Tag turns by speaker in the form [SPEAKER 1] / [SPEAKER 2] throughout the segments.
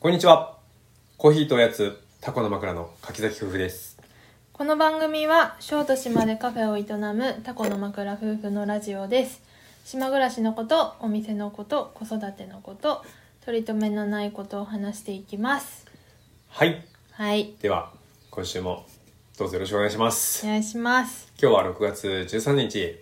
[SPEAKER 1] こんにちは。コーヒーとおやつ、タコの枕の柿崎夫婦です。
[SPEAKER 2] この番組は小と島でカフェを営むタコの枕夫婦のラジオです島暮らしのことお店のこと子育てのこと取り留めのないことを話していきます
[SPEAKER 1] はい。
[SPEAKER 2] はい
[SPEAKER 1] では、今週もどうぞよろしくお願いします。
[SPEAKER 2] お願いします
[SPEAKER 1] 今日は6月13日、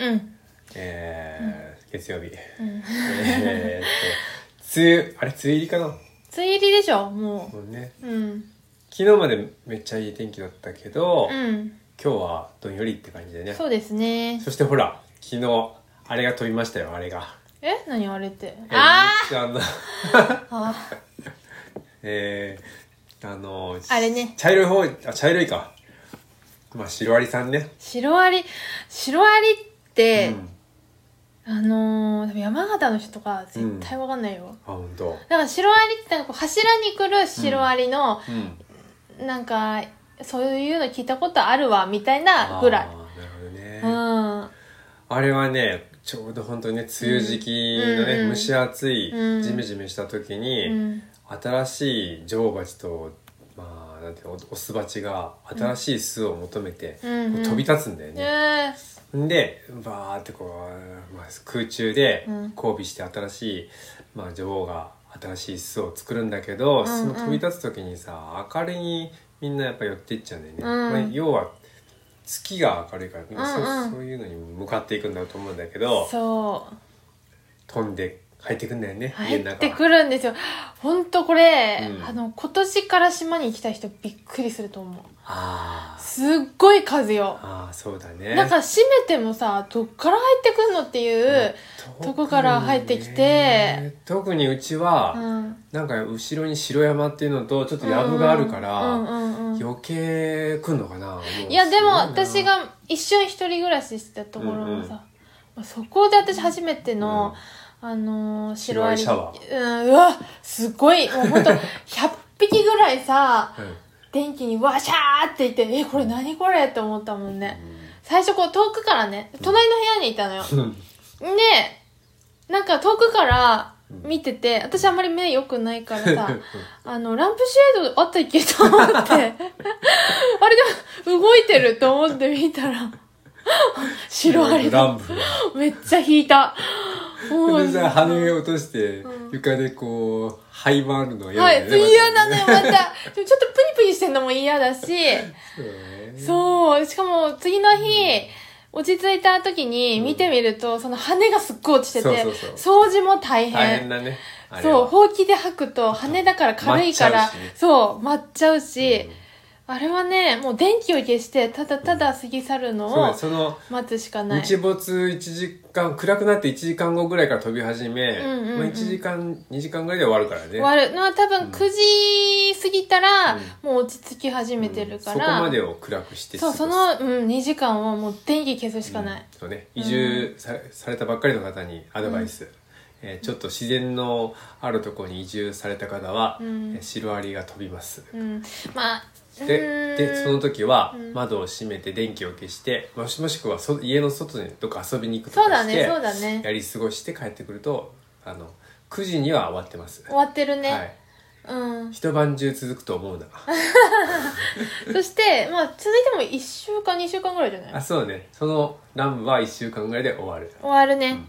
[SPEAKER 2] うん
[SPEAKER 1] えー、月曜日。 えーっと、梅雨、あれ、梅雨入りかなも
[SPEAKER 2] 梅雨入りでしょも
[SPEAKER 1] うね。
[SPEAKER 2] ううん
[SPEAKER 1] 昨日までめっちゃいい天気だったけど、
[SPEAKER 2] うん
[SPEAKER 1] 今日はどんよりって感じでね。
[SPEAKER 2] そうですね
[SPEAKER 1] そしてほら、昨日、あれが飛びましたよ、あれが。
[SPEAKER 2] え何あれってあ
[SPEAKER 1] えーあの
[SPEAKER 2] ーあ
[SPEAKER 1] えー、あの
[SPEAKER 2] あれね
[SPEAKER 1] 茶色い方あ茶色いかまあシロアリさんね、
[SPEAKER 2] シロアリシロアリって、
[SPEAKER 1] うん、
[SPEAKER 2] あのー、多分山形の人とか絶対わかんないよ、
[SPEAKER 1] あ本当
[SPEAKER 2] だからシロアリってなんかこう柱に来るシロアリの、
[SPEAKER 1] うん
[SPEAKER 2] なんかそういうの聞いたことあるわみたいなぐらい
[SPEAKER 1] あ。ーなるほどね、
[SPEAKER 2] うん、
[SPEAKER 1] あれはねちょうど本当にね梅雨時期のね、
[SPEAKER 2] うんう
[SPEAKER 1] 蒸
[SPEAKER 2] ん
[SPEAKER 1] し暑い、
[SPEAKER 2] うん
[SPEAKER 1] ジメジメした時に、
[SPEAKER 2] うん、
[SPEAKER 1] 新しい女王蜂とまあなんていうのオス蜂が新しい巣を求めて、
[SPEAKER 2] うん
[SPEAKER 1] こう飛び立つんだよ
[SPEAKER 2] え
[SPEAKER 1] ね、
[SPEAKER 2] ー、
[SPEAKER 1] んでバーってこう、まあ、空中で
[SPEAKER 2] うん
[SPEAKER 1] 交尾して新しい、まあ、女王が新しい巣を作るんだけど、
[SPEAKER 2] ん
[SPEAKER 1] その飛び立つ時にさ明るいにみんなやっぱ寄っていっちゃうんだよね、
[SPEAKER 2] うん
[SPEAKER 1] まあ、要は月が明るいから、なんか
[SPEAKER 2] うんう
[SPEAKER 1] そ
[SPEAKER 2] ん
[SPEAKER 1] そういうのに向かっていくんだと思うんだけど
[SPEAKER 2] そう
[SPEAKER 1] 飛んで入ってくんだよね
[SPEAKER 2] 入
[SPEAKER 1] 家の
[SPEAKER 2] っ
[SPEAKER 1] 中
[SPEAKER 2] てくるんですよほんとこれ、
[SPEAKER 1] うん
[SPEAKER 2] あの今年から島に来た人びっくりすると思う
[SPEAKER 1] あー
[SPEAKER 2] すっごい数よ
[SPEAKER 1] あーそうだね
[SPEAKER 2] なんか閉めてもさどっから入ってくんのっていう、
[SPEAKER 1] 特にね
[SPEAKER 2] とこから入ってきて
[SPEAKER 1] 特にうち
[SPEAKER 2] う
[SPEAKER 1] は、
[SPEAKER 2] ん、
[SPEAKER 1] なんか後ろに城山っていうのとちょっと藪があるから、
[SPEAKER 2] うんうんうん
[SPEAKER 1] 余計来んのかなもう
[SPEAKER 2] いやでも
[SPEAKER 1] すご
[SPEAKER 2] 私
[SPEAKER 1] いな
[SPEAKER 2] が一瞬一人暮らししてたところも
[SPEAKER 1] うんうん
[SPEAKER 2] さ、まあそこで私初めての、あのー、
[SPEAKER 1] 白アリシャワ
[SPEAKER 2] ーうんうわすごいもうほんと100匹ぐらいさ
[SPEAKER 1] うん
[SPEAKER 2] 電気にワシャーっていってえこれ何これって思ったもんね最初こう遠くからね隣の部屋にいたのよ
[SPEAKER 1] うん
[SPEAKER 2] でなんか遠くから見てて私あんまり目良くないからさ あの、ランプシェードあったっけと思って、 あれでも動いてると思って見たら、 シロアリだ。
[SPEAKER 1] ランプが
[SPEAKER 2] めっちゃ引 いた。も
[SPEAKER 1] でさ羽根落として、床でこう灰回るの嫌
[SPEAKER 2] は
[SPEAKER 1] だよ
[SPEAKER 2] い、
[SPEAKER 1] ね、
[SPEAKER 2] 嫌な
[SPEAKER 1] ま
[SPEAKER 2] のよ、また。でもちょっとプニプニしてんのも嫌だし、
[SPEAKER 1] たねそうね
[SPEAKER 2] そう、しかも次の日、落ち着いた時に見てみると、その羽がすっごい落ちてて、
[SPEAKER 1] そうそう
[SPEAKER 2] 掃除も大変。
[SPEAKER 1] 大変だねあれは
[SPEAKER 2] そう、ほうきで吐くと羽だから軽いから、
[SPEAKER 1] 舞っちゃうしね
[SPEAKER 2] そう、舞っちゃうし、
[SPEAKER 1] うん
[SPEAKER 2] あれはね、もう電気を消して、ただただ過ぎ去る
[SPEAKER 1] そう
[SPEAKER 2] の
[SPEAKER 1] だ
[SPEAKER 2] を
[SPEAKER 1] その
[SPEAKER 2] 待つしかない。
[SPEAKER 1] 日没1時間暗くなって1時間後ぐらいから飛び始め、
[SPEAKER 2] うんうんうん
[SPEAKER 1] まあ、1時間2時間ぐらいで終わるからね
[SPEAKER 2] 終わるのは多分9時過ぎたら、
[SPEAKER 1] うん
[SPEAKER 2] もう落ち着き始めてるか
[SPEAKER 1] そこ
[SPEAKER 2] ら、
[SPEAKER 1] までを暗くして
[SPEAKER 2] そう、その、うん、2時間はもう電気消すしかない。
[SPEAKER 1] そうね、移住さ,、されたばっかりの方にアドバイス、えーちょっと自然のあるところに移住された方は、
[SPEAKER 2] うん
[SPEAKER 1] えーシロアリが飛びます、
[SPEAKER 2] うん。まあ、うー
[SPEAKER 1] で
[SPEAKER 2] ん
[SPEAKER 1] でその時は
[SPEAKER 2] うん
[SPEAKER 1] 窓を閉めて電気を消して、もしもしくはそ家の外にどっか遊びに行くと
[SPEAKER 2] そ
[SPEAKER 1] か
[SPEAKER 2] うだ
[SPEAKER 1] し
[SPEAKER 2] ね、
[SPEAKER 1] て
[SPEAKER 2] そうだね。
[SPEAKER 1] やり過ごして帰ってくるとあの9時には終わってます、
[SPEAKER 2] 終わってるね。
[SPEAKER 1] はい、
[SPEAKER 2] うん。
[SPEAKER 1] 一晩中続くと思う な
[SPEAKER 2] そして、まあ、続いても1週間、2週間ぐらいじゃない
[SPEAKER 1] あそうねそのランは1週間ぐらいで終わる
[SPEAKER 2] 終わるね、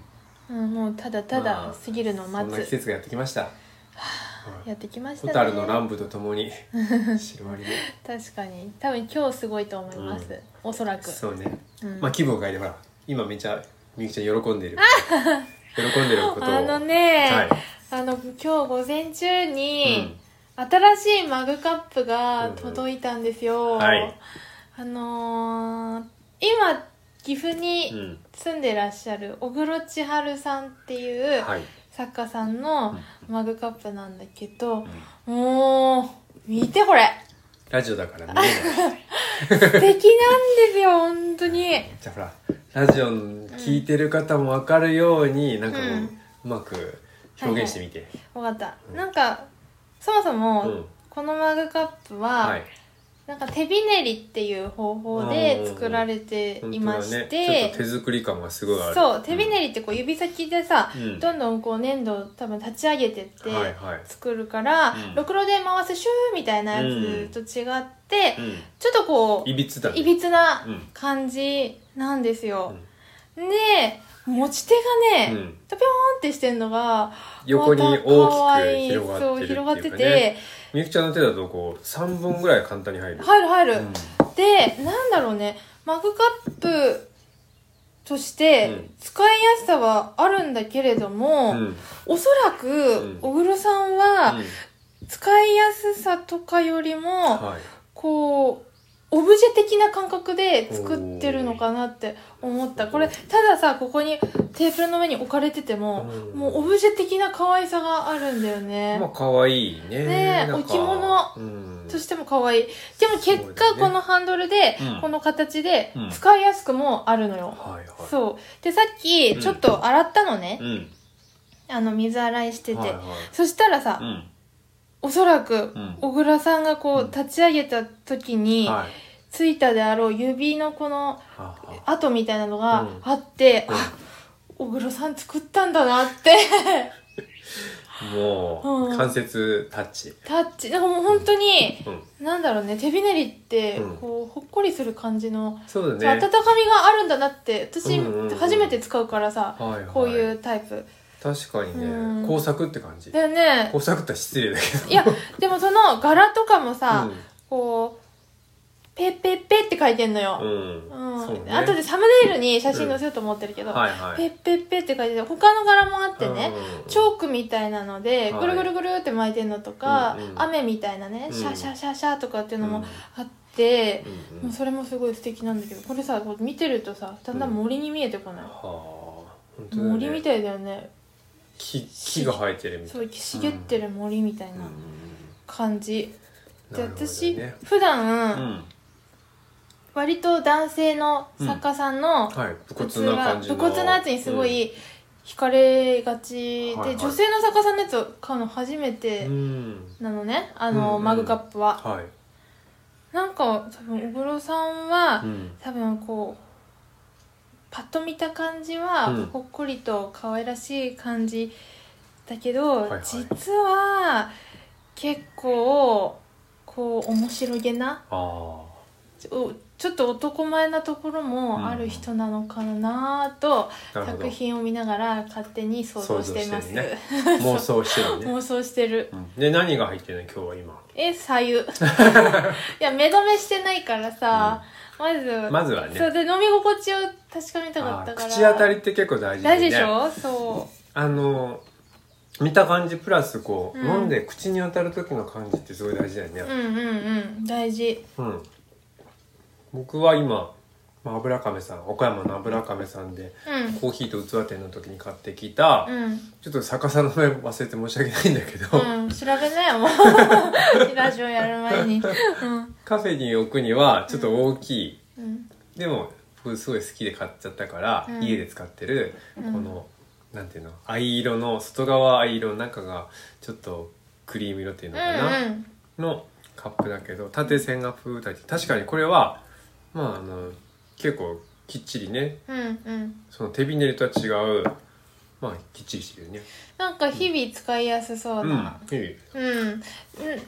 [SPEAKER 2] うんもうただた
[SPEAKER 1] まあ
[SPEAKER 2] だ過ぎるのを
[SPEAKER 1] そん
[SPEAKER 2] 待
[SPEAKER 1] な季
[SPEAKER 2] つ、
[SPEAKER 1] 節がやってきました
[SPEAKER 2] やってきました
[SPEAKER 1] ホ
[SPEAKER 2] ね
[SPEAKER 1] タルの乱舞ととも にシロアリで
[SPEAKER 2] 確かに多分今日すごいと思います、
[SPEAKER 1] うん
[SPEAKER 2] おそらく
[SPEAKER 1] そうね、
[SPEAKER 2] うん
[SPEAKER 1] まあ気分を変えてほら今めちゃみゆきちゃん喜んでる喜んでることを
[SPEAKER 2] あのね、
[SPEAKER 1] はい
[SPEAKER 2] あの今日午前中に
[SPEAKER 1] う、
[SPEAKER 2] 新しいマグカップ
[SPEAKER 1] うん
[SPEAKER 2] が
[SPEAKER 1] うん
[SPEAKER 2] 届いたんですよ、
[SPEAKER 1] はい
[SPEAKER 2] あのー今岐阜
[SPEAKER 1] う
[SPEAKER 2] に
[SPEAKER 1] ん
[SPEAKER 2] 住んでらっしゃる小黒千春さんっていう
[SPEAKER 1] はい、
[SPEAKER 2] 作家さんのマグカップなんだけど
[SPEAKER 1] うん、
[SPEAKER 2] もう見てこ れ
[SPEAKER 1] ラジオだから見えない
[SPEAKER 2] 素敵なんですよ本当に
[SPEAKER 1] じゃあほらラジオ聞いてる方も分かるように、なんかもう,、う
[SPEAKER 2] うん
[SPEAKER 1] まく表現してみて、
[SPEAKER 2] 分かったなんかそもそも、
[SPEAKER 1] うん
[SPEAKER 2] このマグカップは、
[SPEAKER 1] はい
[SPEAKER 2] なんか手びねりっていう方法で作られていまし、
[SPEAKER 1] 本当だね、ちょってと手作り感がすごいある
[SPEAKER 2] そう手びねりってこう指先でさ、
[SPEAKER 1] うん
[SPEAKER 2] どんどんこう粘土を多分立ち上げてって
[SPEAKER 1] はいはい
[SPEAKER 2] 作るから、
[SPEAKER 1] うん
[SPEAKER 2] ろくろで回すシューみたいなやつと違って、
[SPEAKER 1] うん
[SPEAKER 2] ちょっとこう
[SPEAKER 1] いびつだね
[SPEAKER 2] いびつな
[SPEAKER 1] うん
[SPEAKER 2] 感じなんですよ。で持ち手がね、
[SPEAKER 1] う
[SPEAKER 2] ポン
[SPEAKER 1] ん
[SPEAKER 2] ってしてんのが
[SPEAKER 1] 横に大きく
[SPEAKER 2] 可愛い
[SPEAKER 1] 広がってるっていうかね
[SPEAKER 2] そう広がってて
[SPEAKER 1] みゆきちゃんの手だとこう3本ぐらい簡単に入る、
[SPEAKER 2] 入る入る、
[SPEAKER 1] うん
[SPEAKER 2] でなんだろうねマグカップとし
[SPEAKER 1] う
[SPEAKER 2] て
[SPEAKER 1] ん
[SPEAKER 2] 使いやすさはあるんだけれども、
[SPEAKER 1] うん
[SPEAKER 2] おそら
[SPEAKER 1] うん
[SPEAKER 2] く小黒さんは使いやすさとかより
[SPEAKER 1] うん
[SPEAKER 2] も
[SPEAKER 1] はい
[SPEAKER 2] こうオブジェ的な感覚で作ってるのかなって思ったこれたださここにテーブルの上に置かれてても
[SPEAKER 1] うん
[SPEAKER 2] もうオブジェ的な可愛さがあるんだよね
[SPEAKER 1] まあ可愛いね
[SPEAKER 2] ねえ
[SPEAKER 1] なんか
[SPEAKER 2] 置物
[SPEAKER 1] うん
[SPEAKER 2] としても可愛いでも結
[SPEAKER 1] そうだ
[SPEAKER 2] 果
[SPEAKER 1] ね
[SPEAKER 2] このハンドルで
[SPEAKER 1] うん
[SPEAKER 2] この形で
[SPEAKER 1] うん
[SPEAKER 2] 使いやすくもあるのよ
[SPEAKER 1] はいはい
[SPEAKER 2] そうでさっきちょっと洗ったのね
[SPEAKER 1] うん
[SPEAKER 2] あの水洗いして
[SPEAKER 1] はい
[SPEAKER 2] て
[SPEAKER 1] はい
[SPEAKER 2] そしたらさ
[SPEAKER 1] うん
[SPEAKER 2] おそらく
[SPEAKER 1] うん
[SPEAKER 2] 小倉さんがこ
[SPEAKER 1] う
[SPEAKER 2] うん立ち上げた時に
[SPEAKER 1] はい
[SPEAKER 2] ついたであろう指のこの
[SPEAKER 1] ああ
[SPEAKER 2] 跡みたいなの
[SPEAKER 1] う
[SPEAKER 2] が
[SPEAKER 1] ん
[SPEAKER 2] あって、
[SPEAKER 1] うん
[SPEAKER 2] あ小黒さん作ったんだなって
[SPEAKER 1] も
[SPEAKER 2] うん
[SPEAKER 1] う関節タッチ
[SPEAKER 2] タッチなんかもう本当に
[SPEAKER 1] うん
[SPEAKER 2] なんだろうね手びねりって
[SPEAKER 1] うん
[SPEAKER 2] こうほっこりする感じの、
[SPEAKER 1] そう
[SPEAKER 2] そう
[SPEAKER 1] だ
[SPEAKER 2] 温か
[SPEAKER 1] ね
[SPEAKER 2] みがあるんだなって私
[SPEAKER 1] うんうんうん
[SPEAKER 2] 初めて使うからさ、
[SPEAKER 1] はいはい
[SPEAKER 2] こういうタイプ
[SPEAKER 1] 確かに
[SPEAKER 2] うん
[SPEAKER 1] ね工作って感じ
[SPEAKER 2] だよね
[SPEAKER 1] 工作って失礼だけど
[SPEAKER 2] いやでもその柄とかもさ、
[SPEAKER 1] う
[SPEAKER 2] こうペッペッペッって書いてんのよ、
[SPEAKER 1] んうん
[SPEAKER 2] うん
[SPEAKER 1] そうね
[SPEAKER 2] あとでサムネイルに写真載せようと思ってるけど、
[SPEAKER 1] はいはい
[SPEAKER 2] ペッペッペッって書いてて他の柄もあってね、
[SPEAKER 1] うん
[SPEAKER 2] チョークみたいなので
[SPEAKER 1] はい
[SPEAKER 2] ぐるぐるぐるって巻いてるのとか、
[SPEAKER 1] うんうん
[SPEAKER 2] 雨みたいなね
[SPEAKER 1] うん
[SPEAKER 2] シャシャシャシャとかっていうの
[SPEAKER 1] う
[SPEAKER 2] も
[SPEAKER 1] ん
[SPEAKER 2] あって、
[SPEAKER 1] うんうん
[SPEAKER 2] もうそれもすごい素敵なんだけどこれさこう見てるとさだんだん森に見えてこない
[SPEAKER 1] はあ、本当だね
[SPEAKER 2] 森みたいだよね
[SPEAKER 1] 木木が生えてるみたい
[SPEAKER 2] そう茂ってる森みたい
[SPEAKER 1] な
[SPEAKER 2] な感じ、
[SPEAKER 1] うん
[SPEAKER 2] で
[SPEAKER 1] なるほど
[SPEAKER 2] 私、
[SPEAKER 1] ね
[SPEAKER 2] 普
[SPEAKER 1] う
[SPEAKER 2] 段、
[SPEAKER 1] ん
[SPEAKER 2] 割と男性の作家さんの
[SPEAKER 1] はい武
[SPEAKER 2] 普通
[SPEAKER 1] 骨な
[SPEAKER 2] は
[SPEAKER 1] 感じ
[SPEAKER 2] 武
[SPEAKER 1] の
[SPEAKER 2] 骨なやつにすごい惹かれがちで、
[SPEAKER 1] はいはい
[SPEAKER 2] 女性の作家さんのやつを買うの初めて
[SPEAKER 1] うんうん
[SPEAKER 2] なのね、あの、
[SPEAKER 1] うんうん
[SPEAKER 2] マグカップは。
[SPEAKER 1] はい
[SPEAKER 2] なんか多分小黒さんは、
[SPEAKER 1] うん
[SPEAKER 2] 多分こうパッと見た感じは、
[SPEAKER 1] うん
[SPEAKER 2] ほっこりと可愛らしい感じだけど、
[SPEAKER 1] いはい
[SPEAKER 2] 実は結構こう面白げな
[SPEAKER 1] ああ
[SPEAKER 2] ちょちょっと男前なところもある人なのかなと、
[SPEAKER 1] なるほど
[SPEAKER 2] 作品を見ながら勝手に想像しています、
[SPEAKER 1] 想像して妄想してるね
[SPEAKER 2] 妄想してる
[SPEAKER 1] うんで何が入ってるの今日は今
[SPEAKER 2] え左 右いや目止めしてないからさ、まず
[SPEAKER 1] まずはね
[SPEAKER 2] そうで飲み心地を確かめたか
[SPEAKER 1] あ
[SPEAKER 2] っ
[SPEAKER 1] ー
[SPEAKER 2] たから
[SPEAKER 1] 口当たりって結構大事だよ
[SPEAKER 2] 大事
[SPEAKER 1] ね
[SPEAKER 2] でしょ、そ
[SPEAKER 1] あの見た感じプラスこう、
[SPEAKER 2] うん
[SPEAKER 1] 飲んで口に当たる時の感じってすごい大事だよ
[SPEAKER 2] うう
[SPEAKER 1] ね
[SPEAKER 2] んうんうん大事
[SPEAKER 1] うん、僕は今、まあ、油亀さん岡山の油亀さんで
[SPEAKER 2] うん
[SPEAKER 1] コーヒーと器店の時に買ってきた、
[SPEAKER 2] うん、
[SPEAKER 1] ちょっと逆さの名前忘れて申し訳ないんだけど、
[SPEAKER 2] うん、調べな よもうラジオやる前にうん
[SPEAKER 1] カフェに置くにはちょっと大きい、
[SPEAKER 2] うん
[SPEAKER 1] でも僕すごい好きで買っちゃったから、
[SPEAKER 2] うん
[SPEAKER 1] 家で使ってるこ
[SPEAKER 2] うん
[SPEAKER 1] の、なんていうの藍色の外側藍色中がちょっとクリーム色っていう
[SPEAKER 2] うん
[SPEAKER 1] のかな、
[SPEAKER 2] うん
[SPEAKER 1] のカップだけど縦線が風だけ確かにこれはまああの結構きっちりね
[SPEAKER 2] うんうん
[SPEAKER 1] その手びねりとは違うまあきっちりしてるね
[SPEAKER 2] なんか日々使いやすそう
[SPEAKER 1] う
[SPEAKER 2] なん
[SPEAKER 1] いい
[SPEAKER 2] うん、うん、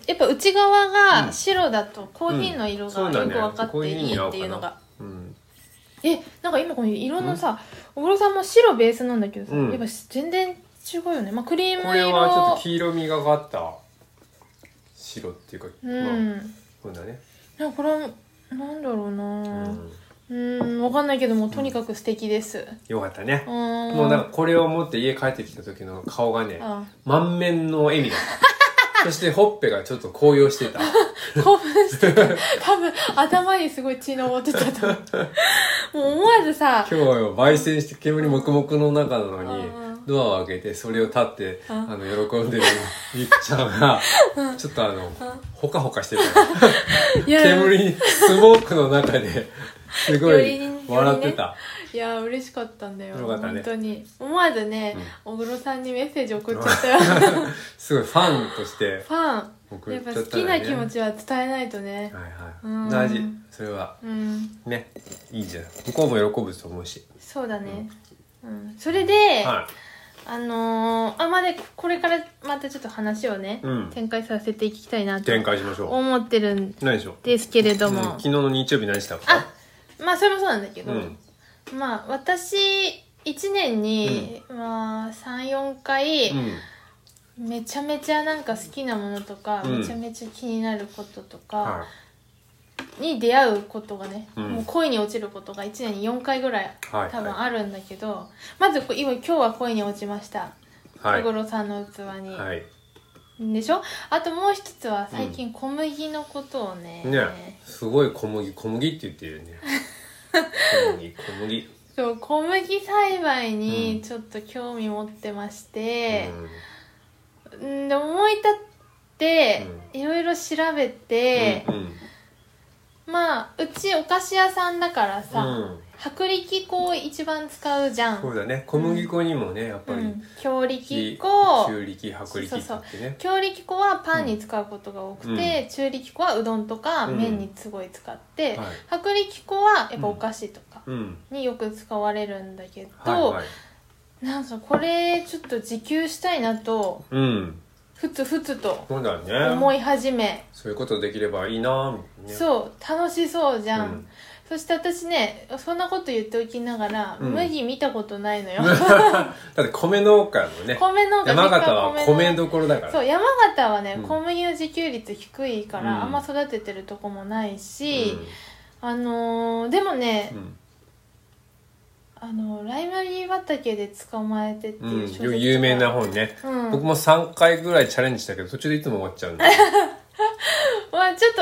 [SPEAKER 2] やっぱ内側
[SPEAKER 1] う
[SPEAKER 2] が
[SPEAKER 1] ん
[SPEAKER 2] 白だとコーヒーの色
[SPEAKER 1] そ
[SPEAKER 2] が
[SPEAKER 1] う
[SPEAKER 2] よ
[SPEAKER 1] だ
[SPEAKER 2] く
[SPEAKER 1] ね
[SPEAKER 2] 分かっ
[SPEAKER 1] こ
[SPEAKER 2] て
[SPEAKER 1] い
[SPEAKER 2] い
[SPEAKER 1] に
[SPEAKER 2] い
[SPEAKER 1] 合
[SPEAKER 2] っ
[SPEAKER 1] う
[SPEAKER 2] て
[SPEAKER 1] か
[SPEAKER 2] い
[SPEAKER 1] な
[SPEAKER 2] うのが
[SPEAKER 1] うん
[SPEAKER 2] えなんか今この色のさ小黒さんも白ベースなんだけどさ、
[SPEAKER 1] うん
[SPEAKER 2] やっぱ全然違うよねまあクリーム色
[SPEAKER 1] これはちょっと黄色みがかった白っていうか、
[SPEAKER 2] うん、
[SPEAKER 1] まあそうだね、
[SPEAKER 2] なんかこれはなんだろう
[SPEAKER 1] う、
[SPEAKER 2] なんうんわかんないけどもとにかく素敵です
[SPEAKER 1] よかったね
[SPEAKER 2] う、ん
[SPEAKER 1] もうなんかこれを持って家帰ってきた時の顔がね
[SPEAKER 2] あ
[SPEAKER 1] 満面の笑みだった そしてほっぺがちょっと高揚してた
[SPEAKER 2] 興奮し てた多分頭にすごい血のってたと思うもう思わずさ
[SPEAKER 1] 今日は焙煎して煙黙々の中なのに
[SPEAKER 2] うん
[SPEAKER 1] ドアを開けてそれを立って
[SPEAKER 2] うん
[SPEAKER 1] あの喜んでるみっちゃんがちょっとあのほかほかしてた
[SPEAKER 2] いや
[SPEAKER 1] 煙にスモークの中ですご
[SPEAKER 2] より
[SPEAKER 1] い笑ってた、
[SPEAKER 2] いやー嬉しかったんだよ
[SPEAKER 1] よかったね
[SPEAKER 2] 本当に思わずね、小黒さんにメッセージ送っちゃったよ
[SPEAKER 1] すごいファンとして
[SPEAKER 2] ファン
[SPEAKER 1] 送
[SPEAKER 2] や
[SPEAKER 1] っ
[SPEAKER 2] っ
[SPEAKER 1] ちゃ
[SPEAKER 2] ぱ
[SPEAKER 1] った
[SPEAKER 2] 好きな気持ちは伝えないとね
[SPEAKER 1] はいは
[SPEAKER 2] うん
[SPEAKER 1] い大事それは
[SPEAKER 2] うん
[SPEAKER 1] ねいいじゃん向こうも喜ぶと思うし
[SPEAKER 2] そうだね、うん、それで、
[SPEAKER 1] は
[SPEAKER 2] あのー、あまあでこれからまたちょっと話をね、
[SPEAKER 1] うん
[SPEAKER 2] 展開させていきたいないと
[SPEAKER 1] 展開しましょ
[SPEAKER 2] 思ってるん
[SPEAKER 1] う何でしょう
[SPEAKER 2] ですけれど
[SPEAKER 1] うん
[SPEAKER 2] も、
[SPEAKER 1] 昨日の日曜日何したの
[SPEAKER 2] あまあそれもそうなんだけど、
[SPEAKER 1] うん
[SPEAKER 2] まあ私1年に、まあ34回、
[SPEAKER 1] うん
[SPEAKER 2] めちゃめちゃなんか好きなものとか、
[SPEAKER 1] うん
[SPEAKER 2] めちゃめちゃ気になることと
[SPEAKER 1] は
[SPEAKER 2] かに出会うことがね、
[SPEAKER 1] うん
[SPEAKER 2] もう恋に落ちることが1年に4回ぐらい
[SPEAKER 1] はい
[SPEAKER 2] 多分あるんだけど、まずこ今今日は恋に落ちました
[SPEAKER 1] いはい
[SPEAKER 2] 小五郎さんの器に、
[SPEAKER 1] はい
[SPEAKER 2] でしょあともう一つは最近小麦のことをね,、
[SPEAKER 1] ねすごい小麦小麦って言ってるね小麦小麦
[SPEAKER 2] そう小麦栽培に
[SPEAKER 1] うん
[SPEAKER 2] ちょっと興味持ってまして、うん、で思い立っていろいろ調べて、
[SPEAKER 1] うんうん
[SPEAKER 2] まあうちお菓子屋さんだからさ、
[SPEAKER 1] うん
[SPEAKER 2] 薄力粉を一番使うじゃん
[SPEAKER 1] そうだね小麦粉にもねやっぱ
[SPEAKER 2] う
[SPEAKER 1] り
[SPEAKER 2] ん、強力
[SPEAKER 1] き
[SPEAKER 2] 粉
[SPEAKER 1] 中力薄力ってね
[SPEAKER 2] 強力粉はパンに使うことが多くて、中力粉はうどんとか
[SPEAKER 1] うん
[SPEAKER 2] 麺にすごい使って、
[SPEAKER 1] はい
[SPEAKER 2] 薄力粉はやっぱお菓子とか
[SPEAKER 1] うん
[SPEAKER 2] によく使われるんだけど、
[SPEAKER 1] はいはい
[SPEAKER 2] なんかこれちょっと自給したいなと
[SPEAKER 1] うん
[SPEAKER 2] ふつふつと
[SPEAKER 1] そうだ
[SPEAKER 2] 思
[SPEAKER 1] ね
[SPEAKER 2] い始め、
[SPEAKER 1] そういうことできればいいなみたいなね
[SPEAKER 2] そう楽しそうじゃん、
[SPEAKER 1] うん
[SPEAKER 2] そして私ねそんなこと言っておきながら、
[SPEAKER 1] うん
[SPEAKER 2] 麦見たことないのよ
[SPEAKER 1] だって米農家もね
[SPEAKER 2] 米農家
[SPEAKER 1] 山形は
[SPEAKER 2] 実家
[SPEAKER 1] 米
[SPEAKER 2] 農
[SPEAKER 1] どころだから
[SPEAKER 2] そう山形はね、
[SPEAKER 1] うん
[SPEAKER 2] 小麦の自給率低いから、
[SPEAKER 1] うん
[SPEAKER 2] あんま育ててるとこもないし、
[SPEAKER 1] う
[SPEAKER 2] あのーでもね、
[SPEAKER 1] ん
[SPEAKER 2] あのライ麦畑で捕まえてって
[SPEAKER 1] う
[SPEAKER 2] い
[SPEAKER 1] ん
[SPEAKER 2] う
[SPEAKER 1] うん有名な本ね
[SPEAKER 2] うん
[SPEAKER 1] 僕も3回ぐらいチャレンジしたけど途中でいつも終わっちゃうんで
[SPEAKER 2] まあちょっ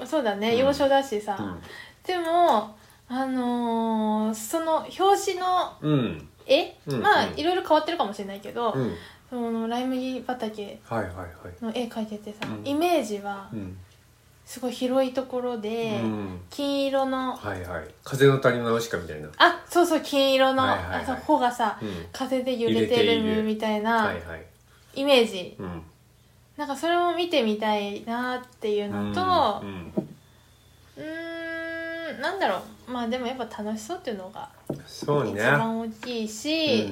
[SPEAKER 2] とそうだね、
[SPEAKER 1] うん
[SPEAKER 2] 幼少だしさ、
[SPEAKER 1] うん
[SPEAKER 2] でもあのーその表紙の
[SPEAKER 1] うん
[SPEAKER 2] 絵、
[SPEAKER 1] うん
[SPEAKER 2] まあ
[SPEAKER 1] うん
[SPEAKER 2] いろいろ変わってるかもしれないけど、
[SPEAKER 1] うん
[SPEAKER 2] そのライ麦畑
[SPEAKER 1] はいはいはい
[SPEAKER 2] の絵描いててさ、
[SPEAKER 1] うん
[SPEAKER 2] イメージは
[SPEAKER 1] うん
[SPEAKER 2] すごい広いところ
[SPEAKER 1] う
[SPEAKER 2] で、
[SPEAKER 1] ん
[SPEAKER 2] 金色の、
[SPEAKER 1] はいはい風の谷のナウシカみたいな
[SPEAKER 2] あそうそう金色の、
[SPEAKER 1] はいはいはい
[SPEAKER 2] あそう穂がさ、
[SPEAKER 1] うん
[SPEAKER 2] 風で揺れ
[SPEAKER 1] 揺
[SPEAKER 2] て
[SPEAKER 1] れてい
[SPEAKER 2] る
[SPEAKER 1] る
[SPEAKER 2] みたいな
[SPEAKER 1] はいはい
[SPEAKER 2] イメージ
[SPEAKER 1] うん
[SPEAKER 2] なんかそれも見てみたいなっていうのと
[SPEAKER 1] うん
[SPEAKER 2] うーんなんだろうまあでもやっぱ楽しそうっていうのが
[SPEAKER 1] うんそう
[SPEAKER 2] 一
[SPEAKER 1] ね
[SPEAKER 2] 番大きいし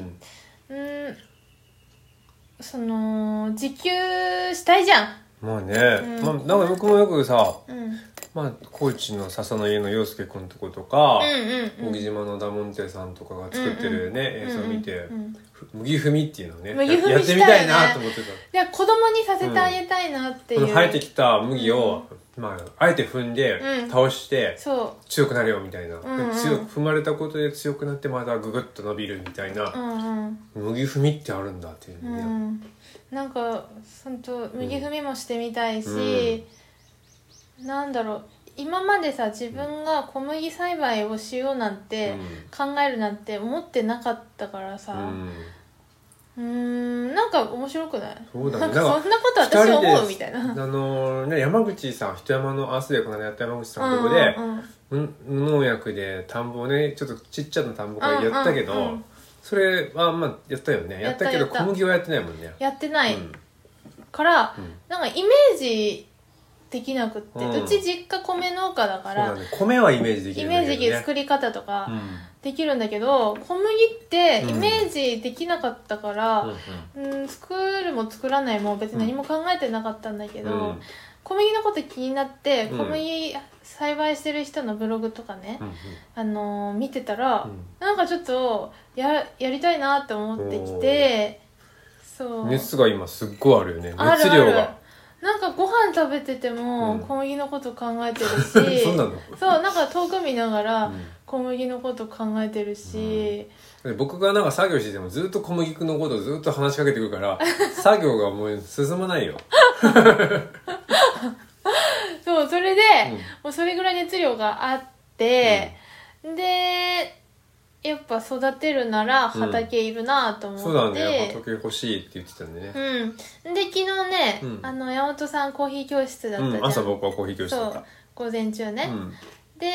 [SPEAKER 2] う,、んその自給したいじゃん
[SPEAKER 1] うんまあね
[SPEAKER 2] うん
[SPEAKER 1] まあなんか僕もよくさ
[SPEAKER 2] うんうん
[SPEAKER 1] まあ高知の笹の家の陽介くんとことか
[SPEAKER 2] うんう
[SPEAKER 1] 小木
[SPEAKER 2] ん
[SPEAKER 1] 島のダモンテさんとかが作ってるね映像を見て
[SPEAKER 2] うんうん
[SPEAKER 1] ふ麦踏みっていうのをね
[SPEAKER 2] 麦踏み
[SPEAKER 1] ややってみ
[SPEAKER 2] した
[SPEAKER 1] た
[SPEAKER 2] い
[SPEAKER 1] い
[SPEAKER 2] ね
[SPEAKER 1] なと思ってた
[SPEAKER 2] いや子供にさせてあげたいなってい
[SPEAKER 1] こ
[SPEAKER 2] う、
[SPEAKER 1] の生えてきた麦を、まあ、あえて踏んで
[SPEAKER 2] うん
[SPEAKER 1] 倒して
[SPEAKER 2] そ
[SPEAKER 1] 強くなれよみたいな、
[SPEAKER 2] んうん
[SPEAKER 1] 強く踏まれたことで強くなってまたググッと伸びるみたいう
[SPEAKER 2] う
[SPEAKER 1] な、
[SPEAKER 2] んうん
[SPEAKER 1] 麦踏みってあるんだっていう
[SPEAKER 2] う
[SPEAKER 1] のね、
[SPEAKER 2] ん、なんか本当右踏みもしてみたいし、なんだろう今までさ自分が小麦栽培をしようなんて、考えるなんて思ってなかったからさ
[SPEAKER 1] うんうん
[SPEAKER 2] うーんなんか面白くない
[SPEAKER 1] そうだね
[SPEAKER 2] なん
[SPEAKER 1] なん
[SPEAKER 2] か
[SPEAKER 1] か
[SPEAKER 2] そんなこと
[SPEAKER 1] 二
[SPEAKER 2] 私
[SPEAKER 1] 人で
[SPEAKER 2] 思うみたいな。
[SPEAKER 1] あのね、山口さん人山のアースでこの間やった山口さんのとこで、
[SPEAKER 2] うんうんうん
[SPEAKER 1] 無農薬で田んぼをねちょっとちっちゃな田んぼからやったけど、
[SPEAKER 2] うんうんうん
[SPEAKER 1] それはまあやったよね
[SPEAKER 2] や
[SPEAKER 1] や
[SPEAKER 2] っ
[SPEAKER 1] ったたけど
[SPEAKER 2] やった
[SPEAKER 1] 小麦はやってないもんね
[SPEAKER 2] やってない
[SPEAKER 1] うん
[SPEAKER 2] から、
[SPEAKER 1] うん
[SPEAKER 2] なんかイメージできなくって、う
[SPEAKER 1] うん
[SPEAKER 2] ち実家米農家だか
[SPEAKER 1] そう
[SPEAKER 2] ら、
[SPEAKER 1] だね米はイメージでき
[SPEAKER 2] イ
[SPEAKER 1] るん
[SPEAKER 2] メ
[SPEAKER 1] だ
[SPEAKER 2] ー
[SPEAKER 1] け
[SPEAKER 2] ジ
[SPEAKER 1] ど、ね、
[SPEAKER 2] できる作り方とか、
[SPEAKER 1] うん
[SPEAKER 2] できるんだけど小麦ってイメージできなかったか
[SPEAKER 1] うんう
[SPEAKER 2] ら、
[SPEAKER 1] ん
[SPEAKER 2] うん作るも作らないも別に何も考えてなかったんだけど、
[SPEAKER 1] うん
[SPEAKER 2] 小麦のこと気になって
[SPEAKER 1] うん
[SPEAKER 2] 小麦栽培してる人のブログとかね、
[SPEAKER 1] うん
[SPEAKER 2] あのー見てたら、
[SPEAKER 1] うん
[SPEAKER 2] なんかちょっとややりたいなって思ってきてそう
[SPEAKER 1] うん熱が今すっごいあるよね
[SPEAKER 2] ある
[SPEAKER 1] 熱
[SPEAKER 2] あ
[SPEAKER 1] 量
[SPEAKER 2] る
[SPEAKER 1] が
[SPEAKER 2] なんかご飯食べてて
[SPEAKER 1] う
[SPEAKER 2] も
[SPEAKER 1] ん
[SPEAKER 2] 小麦のこと考えてるし
[SPEAKER 1] そうなの
[SPEAKER 2] そうなんか遠く見ながら
[SPEAKER 1] うん
[SPEAKER 2] 小麦のこと考えてるし。
[SPEAKER 1] で僕がなんか作業しててもずっと小麦のことずっと話しかけてくるから 作業がもう進まないよ
[SPEAKER 2] そう、それで、
[SPEAKER 1] うん
[SPEAKER 2] もうそれぐらい熱量があって、で、やっぱ育てるなら
[SPEAKER 1] うん
[SPEAKER 2] 畑いるなと
[SPEAKER 1] そう
[SPEAKER 2] 思
[SPEAKER 1] だ
[SPEAKER 2] って
[SPEAKER 1] ね、仏欲しいって言ってたんでね
[SPEAKER 2] う、ん、で、昨日ね、
[SPEAKER 1] うん
[SPEAKER 2] あの、山本さんコーヒー教室だった
[SPEAKER 1] う
[SPEAKER 2] じゃん。
[SPEAKER 1] ん、朝僕はコーヒー教室
[SPEAKER 2] そ
[SPEAKER 1] だっ
[SPEAKER 2] う
[SPEAKER 1] た、
[SPEAKER 2] 午前中ね
[SPEAKER 1] う、ん
[SPEAKER 2] で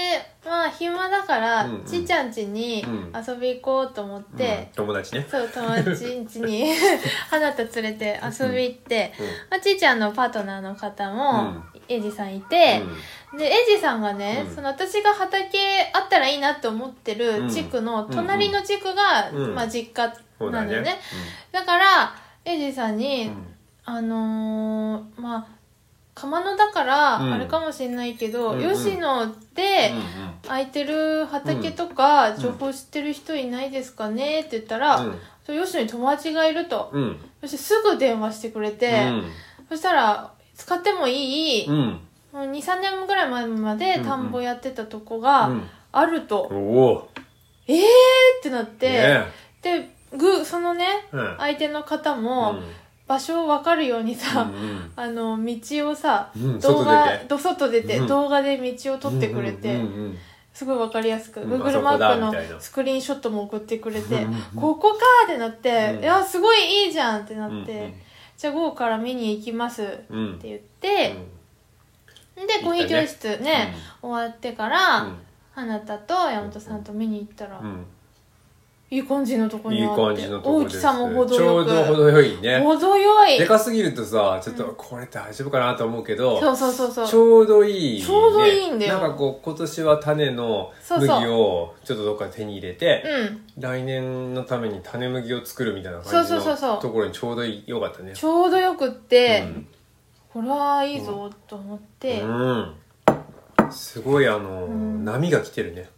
[SPEAKER 2] まあ暇だから、
[SPEAKER 1] うんうん
[SPEAKER 2] ちーちゃん家に
[SPEAKER 1] うん
[SPEAKER 2] 遊び行こうと思って、
[SPEAKER 1] うん友達ね
[SPEAKER 2] そう友達ん家 に花と連れて遊び行って、まあ、ちーちゃんのパートナーの方も、エイジさんいて、でエイジさんがね、
[SPEAKER 1] うん
[SPEAKER 2] その私が畑あったらいいなと思ってる地区の
[SPEAKER 1] うん
[SPEAKER 2] 隣の地区が、
[SPEAKER 1] うん
[SPEAKER 2] まあ、実家
[SPEAKER 1] うん
[SPEAKER 2] なんだよね。だからエイジさんに、あのーまあ釜野だから
[SPEAKER 1] うん
[SPEAKER 2] あれかもしれないけど、
[SPEAKER 1] うんうん
[SPEAKER 2] 吉野で空いてる畑とか情報知ってる人いないですかねって言ったら、そう吉野に友達がいると、
[SPEAKER 1] うん
[SPEAKER 2] そしてすぐ電話してくれて、そしたら使ってもいい、
[SPEAKER 1] うんうん
[SPEAKER 2] もう23年ぐらい前ま
[SPEAKER 1] うん
[SPEAKER 2] で
[SPEAKER 1] うん
[SPEAKER 2] 田んぼやってたとこ
[SPEAKER 1] う
[SPEAKER 2] が
[SPEAKER 1] ん
[SPEAKER 2] あると、
[SPEAKER 1] おお
[SPEAKER 2] えーってなって、
[SPEAKER 1] ね
[SPEAKER 2] でぐそのね
[SPEAKER 1] えうん
[SPEAKER 2] 相手の方
[SPEAKER 1] う
[SPEAKER 2] も
[SPEAKER 1] ん
[SPEAKER 2] 場所を分かるように
[SPEAKER 1] う
[SPEAKER 2] さ、
[SPEAKER 1] ん
[SPEAKER 2] あの道をさ、
[SPEAKER 1] うん外
[SPEAKER 2] 動
[SPEAKER 1] 出
[SPEAKER 2] 画
[SPEAKER 1] て
[SPEAKER 2] ど外出て、
[SPEAKER 1] うん
[SPEAKER 2] 動画で道を撮ってくれて、
[SPEAKER 1] うんうん
[SPEAKER 2] すごいわかりやすく、
[SPEAKER 1] うん
[SPEAKER 2] Google マ
[SPEAKER 1] あそこだ
[SPEAKER 2] ップの
[SPEAKER 1] みたいな
[SPEAKER 2] スクリーンショットも送ってくれて、
[SPEAKER 1] うん
[SPEAKER 2] ここかーってなって、
[SPEAKER 1] うん
[SPEAKER 2] いやすごいいいじゃんってな
[SPEAKER 1] うん
[SPEAKER 2] って、じゃあ午後から見に行きますって
[SPEAKER 1] うんうん
[SPEAKER 2] 言って、でコーヒー教室ね終わってから、花田と山本さんと見に行ったら、
[SPEAKER 1] うん
[SPEAKER 2] いい感じのとこ
[SPEAKER 1] うんい
[SPEAKER 2] に
[SPEAKER 1] い
[SPEAKER 2] あ
[SPEAKER 1] 感
[SPEAKER 2] って
[SPEAKER 1] じのとこ
[SPEAKER 2] 大
[SPEAKER 1] です
[SPEAKER 2] きさも程
[SPEAKER 1] ちょ
[SPEAKER 2] よ
[SPEAKER 1] う
[SPEAKER 2] く
[SPEAKER 1] ど程よいね
[SPEAKER 2] 程よい
[SPEAKER 1] でかすぎるとさちょっと
[SPEAKER 2] う
[SPEAKER 1] これ大丈夫かなと思うけど
[SPEAKER 2] そうそうそうそう
[SPEAKER 1] ちょうどいい、
[SPEAKER 2] ちょうどいいんだよ
[SPEAKER 1] なんかこう今年は種の
[SPEAKER 2] そうそう
[SPEAKER 1] 麦をちょっとどっかで手に入れて
[SPEAKER 2] うん
[SPEAKER 1] 来年のために種麦を作るみたいな感じ
[SPEAKER 2] そうそうそうそ
[SPEAKER 1] の
[SPEAKER 2] う
[SPEAKER 1] ところにちょうどいいよかったね
[SPEAKER 2] ちょうどよくって、
[SPEAKER 1] うん
[SPEAKER 2] これはいいぞと思って、
[SPEAKER 1] うんすごいあの、
[SPEAKER 2] うん
[SPEAKER 1] 波が来てるね、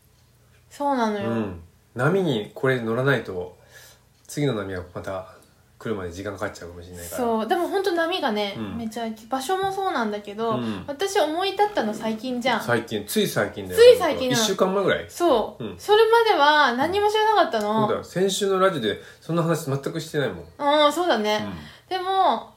[SPEAKER 2] そうなの
[SPEAKER 1] う
[SPEAKER 2] よ、
[SPEAKER 1] ん、波にこれ乗らないと次の波がまた来るまで時間かかっちゃうかもしれないから
[SPEAKER 2] そうでも本当波がね、
[SPEAKER 1] うん
[SPEAKER 2] めちゃ場所もそうなんだけ
[SPEAKER 1] う
[SPEAKER 2] ど、
[SPEAKER 1] ん
[SPEAKER 2] 私思い立ったの最近じゃん
[SPEAKER 1] 最近つい最近だよ
[SPEAKER 2] つい最近
[SPEAKER 1] 1
[SPEAKER 2] なの
[SPEAKER 1] 週間前ぐらい
[SPEAKER 2] そう、
[SPEAKER 1] うん
[SPEAKER 2] それまでは何も知らなかった
[SPEAKER 1] そ
[SPEAKER 2] の
[SPEAKER 1] うだよ先週のラジオでそんな話全くしてないもん、
[SPEAKER 2] うんそうだね、でも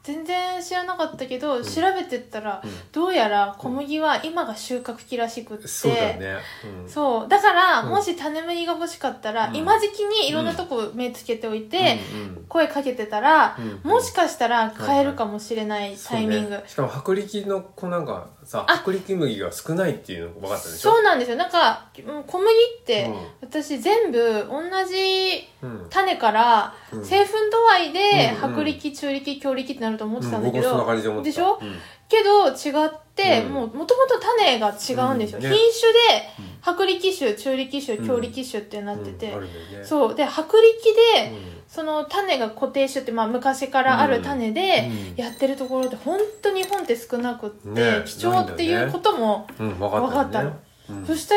[SPEAKER 2] 全然知らなかったけど、調べてったら、
[SPEAKER 1] うん
[SPEAKER 2] どうやら小麦は今が収穫期らしくって、
[SPEAKER 1] そうだよね、うん、
[SPEAKER 2] そうだから、
[SPEAKER 1] うん
[SPEAKER 2] もし種麦が欲しかったら、
[SPEAKER 1] うん
[SPEAKER 2] 今時期にいろんなとこ目つけておいて、
[SPEAKER 1] うん
[SPEAKER 2] 声かけてたら、
[SPEAKER 1] うん
[SPEAKER 2] もしかしたら買えるかもしれないタイミング、
[SPEAKER 1] そうねしかも薄力の子なんかさ
[SPEAKER 2] あ
[SPEAKER 1] 薄力麦が少ないっていうのが分かったでしょ
[SPEAKER 2] そうなんですよなんかうん小麦って、
[SPEAKER 1] うん
[SPEAKER 2] 私全部同じ
[SPEAKER 1] うん
[SPEAKER 2] 種から
[SPEAKER 1] うん
[SPEAKER 2] 製粉度合いで
[SPEAKER 1] うんうん
[SPEAKER 2] 薄力中力強力ってなると思ってたんだ
[SPEAKER 1] 僕
[SPEAKER 2] け
[SPEAKER 1] も
[SPEAKER 2] ど、
[SPEAKER 1] そんな感じで思ってた
[SPEAKER 2] でしょ
[SPEAKER 1] うん
[SPEAKER 2] けど違って、
[SPEAKER 1] うん
[SPEAKER 2] もうもともと種が違うんですよ、
[SPEAKER 1] うんね
[SPEAKER 2] 品種で薄力種中力種強力種ってなってて、
[SPEAKER 1] うんあるんだよね
[SPEAKER 2] そうで薄力で、その種が固定種って、まあ、昔からある種で
[SPEAKER 1] うん
[SPEAKER 2] やってるところって本当日本って少なくって、
[SPEAKER 1] ね
[SPEAKER 2] 貴重っていうことも、
[SPEAKER 1] うん、うん、分かったよね
[SPEAKER 2] 分かったの
[SPEAKER 1] うん
[SPEAKER 2] そして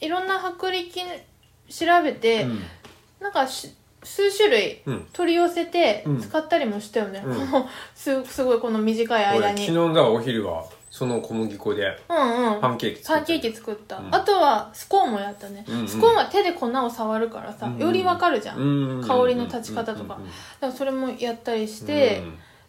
[SPEAKER 2] いろんな薄力調べて、
[SPEAKER 1] うん
[SPEAKER 2] なんかし数種類
[SPEAKER 1] うん
[SPEAKER 2] 取り寄せて
[SPEAKER 1] うん
[SPEAKER 2] 使ったりもしたよね、
[SPEAKER 1] うん
[SPEAKER 2] すすごいこの短い
[SPEAKER 1] 俺
[SPEAKER 2] 間
[SPEAKER 1] 昨
[SPEAKER 2] に
[SPEAKER 1] 日だからお昼はその小麦粉で
[SPEAKER 2] うんうん
[SPEAKER 1] パンケーキ
[SPEAKER 2] パ
[SPEAKER 1] 作
[SPEAKER 2] ン
[SPEAKER 1] っ
[SPEAKER 2] ケー
[SPEAKER 1] て
[SPEAKER 2] キ作った、
[SPEAKER 1] うん
[SPEAKER 2] あとはスコーンもやったね、
[SPEAKER 1] うんうん
[SPEAKER 2] スコーンは手で粉を触るからさ、
[SPEAKER 1] うんうん
[SPEAKER 2] よりわかるじゃん、
[SPEAKER 1] 香
[SPEAKER 2] 香りの立ち方とかだからそれもやったりし
[SPEAKER 1] で
[SPEAKER 2] て、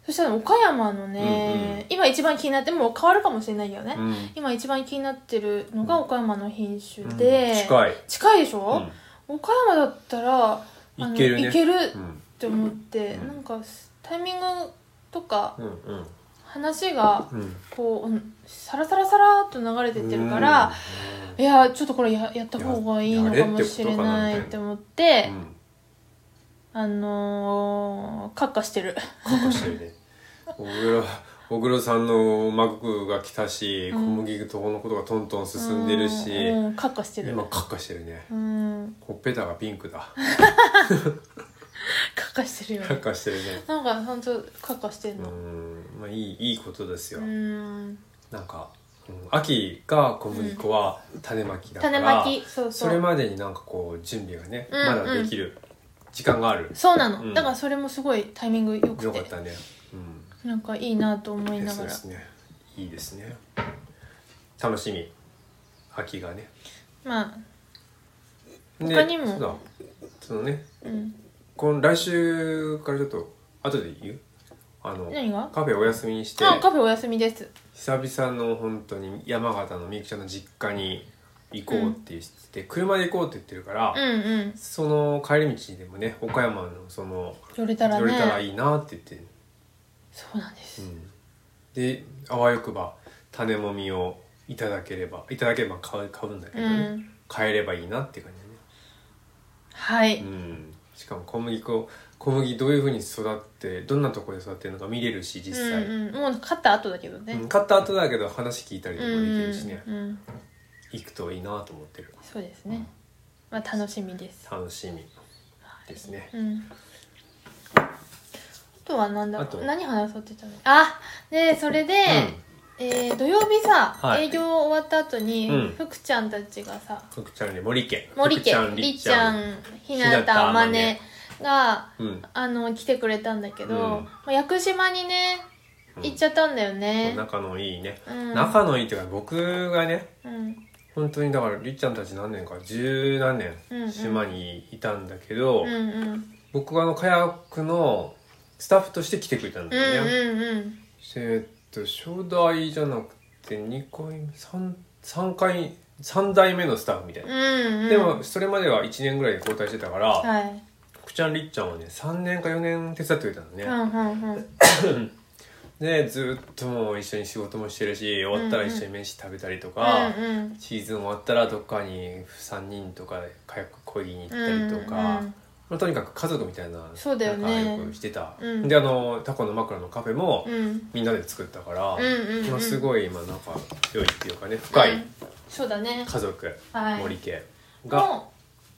[SPEAKER 2] そしたら岡山のね、
[SPEAKER 1] うんうん
[SPEAKER 2] 今一番気になってもう変わるかもしれないよね、今一番気になってるのが岡山の品種で、
[SPEAKER 1] 近い
[SPEAKER 2] 近いでしょ、岡山だったらあの
[SPEAKER 1] いけるね
[SPEAKER 2] いける
[SPEAKER 1] う
[SPEAKER 2] っ
[SPEAKER 1] ん
[SPEAKER 2] て思って、
[SPEAKER 1] うん
[SPEAKER 2] なんかタイミングとか
[SPEAKER 1] うんうん
[SPEAKER 2] 話が
[SPEAKER 1] うん
[SPEAKER 2] こう、うんサラサラサラっと流れてってるから、いやちょっとこれややった方がいいのかもしれないって思って
[SPEAKER 1] う、ん
[SPEAKER 2] あのー、カッカしてる。
[SPEAKER 1] 過去してるね小黒小黒さんのマグが来たし小麦粉のことがトントン進んでるし
[SPEAKER 2] うんうん、カッカしてる
[SPEAKER 1] 今。カッカしてるね
[SPEAKER 2] うん、
[SPEAKER 1] ほっぺたがピンクだ
[SPEAKER 2] カッカしてるよね
[SPEAKER 1] カ。ッカしてるね
[SPEAKER 2] なんか本当カッカしてん
[SPEAKER 1] う
[SPEAKER 2] の。
[SPEAKER 1] んまあいいいいことですよ
[SPEAKER 2] うん。
[SPEAKER 1] なんか、うん秋が小麦粉は種まきだか
[SPEAKER 2] 種
[SPEAKER 1] ら、
[SPEAKER 2] まき、そう
[SPEAKER 1] そ
[SPEAKER 2] そ
[SPEAKER 1] れ
[SPEAKER 2] う。
[SPEAKER 1] までになんかこう準備がね、
[SPEAKER 2] うんうん
[SPEAKER 1] まだできる時間がある
[SPEAKER 2] そうな
[SPEAKER 1] うん
[SPEAKER 2] の。だからそれもすごいタイミング良く、
[SPEAKER 1] よかってたね、うん
[SPEAKER 2] なんかいいなと思いな
[SPEAKER 1] そ
[SPEAKER 2] が
[SPEAKER 1] うで
[SPEAKER 2] ら。
[SPEAKER 1] すねいいですね楽しみ秋がね
[SPEAKER 2] まあ、
[SPEAKER 1] で
[SPEAKER 2] 他にも
[SPEAKER 1] そうだそのね
[SPEAKER 2] うん。
[SPEAKER 1] この来週からちょっと後で言うあの
[SPEAKER 2] 何が？
[SPEAKER 1] カフェお休みにして
[SPEAKER 2] あ、カフェお休みです。
[SPEAKER 1] 久々の本当に山形のみゆきちゃんの実家に行こうって言って、車で行こうって言ってるから、
[SPEAKER 2] うんうん。
[SPEAKER 1] その帰り道でもね岡山のその
[SPEAKER 2] 寄れたら
[SPEAKER 1] 寄れたら
[SPEAKER 2] ね。
[SPEAKER 1] いいなって言って、
[SPEAKER 2] そうなんで
[SPEAKER 1] う
[SPEAKER 2] す。
[SPEAKER 1] ん、であわよくば種もみをいただければいただければ買う買うんだけ
[SPEAKER 2] う
[SPEAKER 1] どね、
[SPEAKER 2] ん
[SPEAKER 1] 買えればいいなっていう感じだね
[SPEAKER 2] はい、
[SPEAKER 1] うん、しかも小麦粉小麦どういうふうに育ってどんなところで育ってるのか見れるし実際、
[SPEAKER 2] うんうん、もう勝った後だけどね、
[SPEAKER 1] うん買った後だけど話聞いたりとかできるしね、
[SPEAKER 2] うんうんうん、
[SPEAKER 1] 行くといいなと思ってる
[SPEAKER 2] そうですね、まあ楽しみです、
[SPEAKER 1] 楽しみですね、
[SPEAKER 2] うん、あとはなんだ
[SPEAKER 1] あと
[SPEAKER 2] 何話そうって言ったのあでそれで、えー土曜日さ、
[SPEAKER 1] はい
[SPEAKER 2] 営業終わった後に、
[SPEAKER 1] うん
[SPEAKER 2] 福ちゃんたちがさ
[SPEAKER 1] うん福ちゃんに森家
[SPEAKER 2] 森
[SPEAKER 1] 福ち
[SPEAKER 2] 家
[SPEAKER 1] ゃん
[SPEAKER 2] り
[SPEAKER 1] り
[SPEAKER 2] っ
[SPEAKER 1] っ
[SPEAKER 2] ち
[SPEAKER 1] ち
[SPEAKER 2] ゃ
[SPEAKER 1] ゃ
[SPEAKER 2] ん
[SPEAKER 1] ん
[SPEAKER 2] ひなたあまねが
[SPEAKER 1] うん
[SPEAKER 2] あの来てくれたんだけど、
[SPEAKER 1] うん
[SPEAKER 2] まあ屋久島にね
[SPEAKER 1] うん
[SPEAKER 2] 行っちゃったんだよね、
[SPEAKER 1] 仲のいいね、
[SPEAKER 2] うん
[SPEAKER 1] 仲のいいっていうか僕がね
[SPEAKER 2] うん
[SPEAKER 1] 本当にだからりっちゃんたち何年か十何
[SPEAKER 2] うんうん
[SPEAKER 1] 年島にいたんだけど、
[SPEAKER 2] うんうん
[SPEAKER 1] 僕はあのカヤックのスタッフとして来てくれたん
[SPEAKER 2] う
[SPEAKER 1] だ
[SPEAKER 2] ん
[SPEAKER 1] よね、
[SPEAKER 2] うんうん
[SPEAKER 1] えーっと初代じゃなくて2回目三三回3代目のスタッフみたいな、
[SPEAKER 2] うんうん
[SPEAKER 1] でもそれまでは1年ぐらいで交代してたから、
[SPEAKER 2] はい
[SPEAKER 1] 福ちゃんりっちゃんはね3年か4年手伝ってくれたのね、
[SPEAKER 2] うんうんうん
[SPEAKER 1] でずっともう一緒に仕事もしてるし終わったら一緒に飯食べたりとか、
[SPEAKER 2] うんうん
[SPEAKER 1] シーズン終わったらどっかに3人とかでカヤック漕ぎに行ったりとか、
[SPEAKER 2] うんうん
[SPEAKER 1] まあ、とにかく家族みたいな
[SPEAKER 2] そうだよね
[SPEAKER 1] 仲良くしてた、
[SPEAKER 2] うん
[SPEAKER 1] であのタコの枕のカフェも
[SPEAKER 2] うん
[SPEAKER 1] みんなで作ったから、
[SPEAKER 2] うんうんうん
[SPEAKER 1] まあ、すごい今なんか良いっていうかね深い
[SPEAKER 2] そうだね
[SPEAKER 1] 家族、
[SPEAKER 2] はい
[SPEAKER 1] 森家が、
[SPEAKER 2] の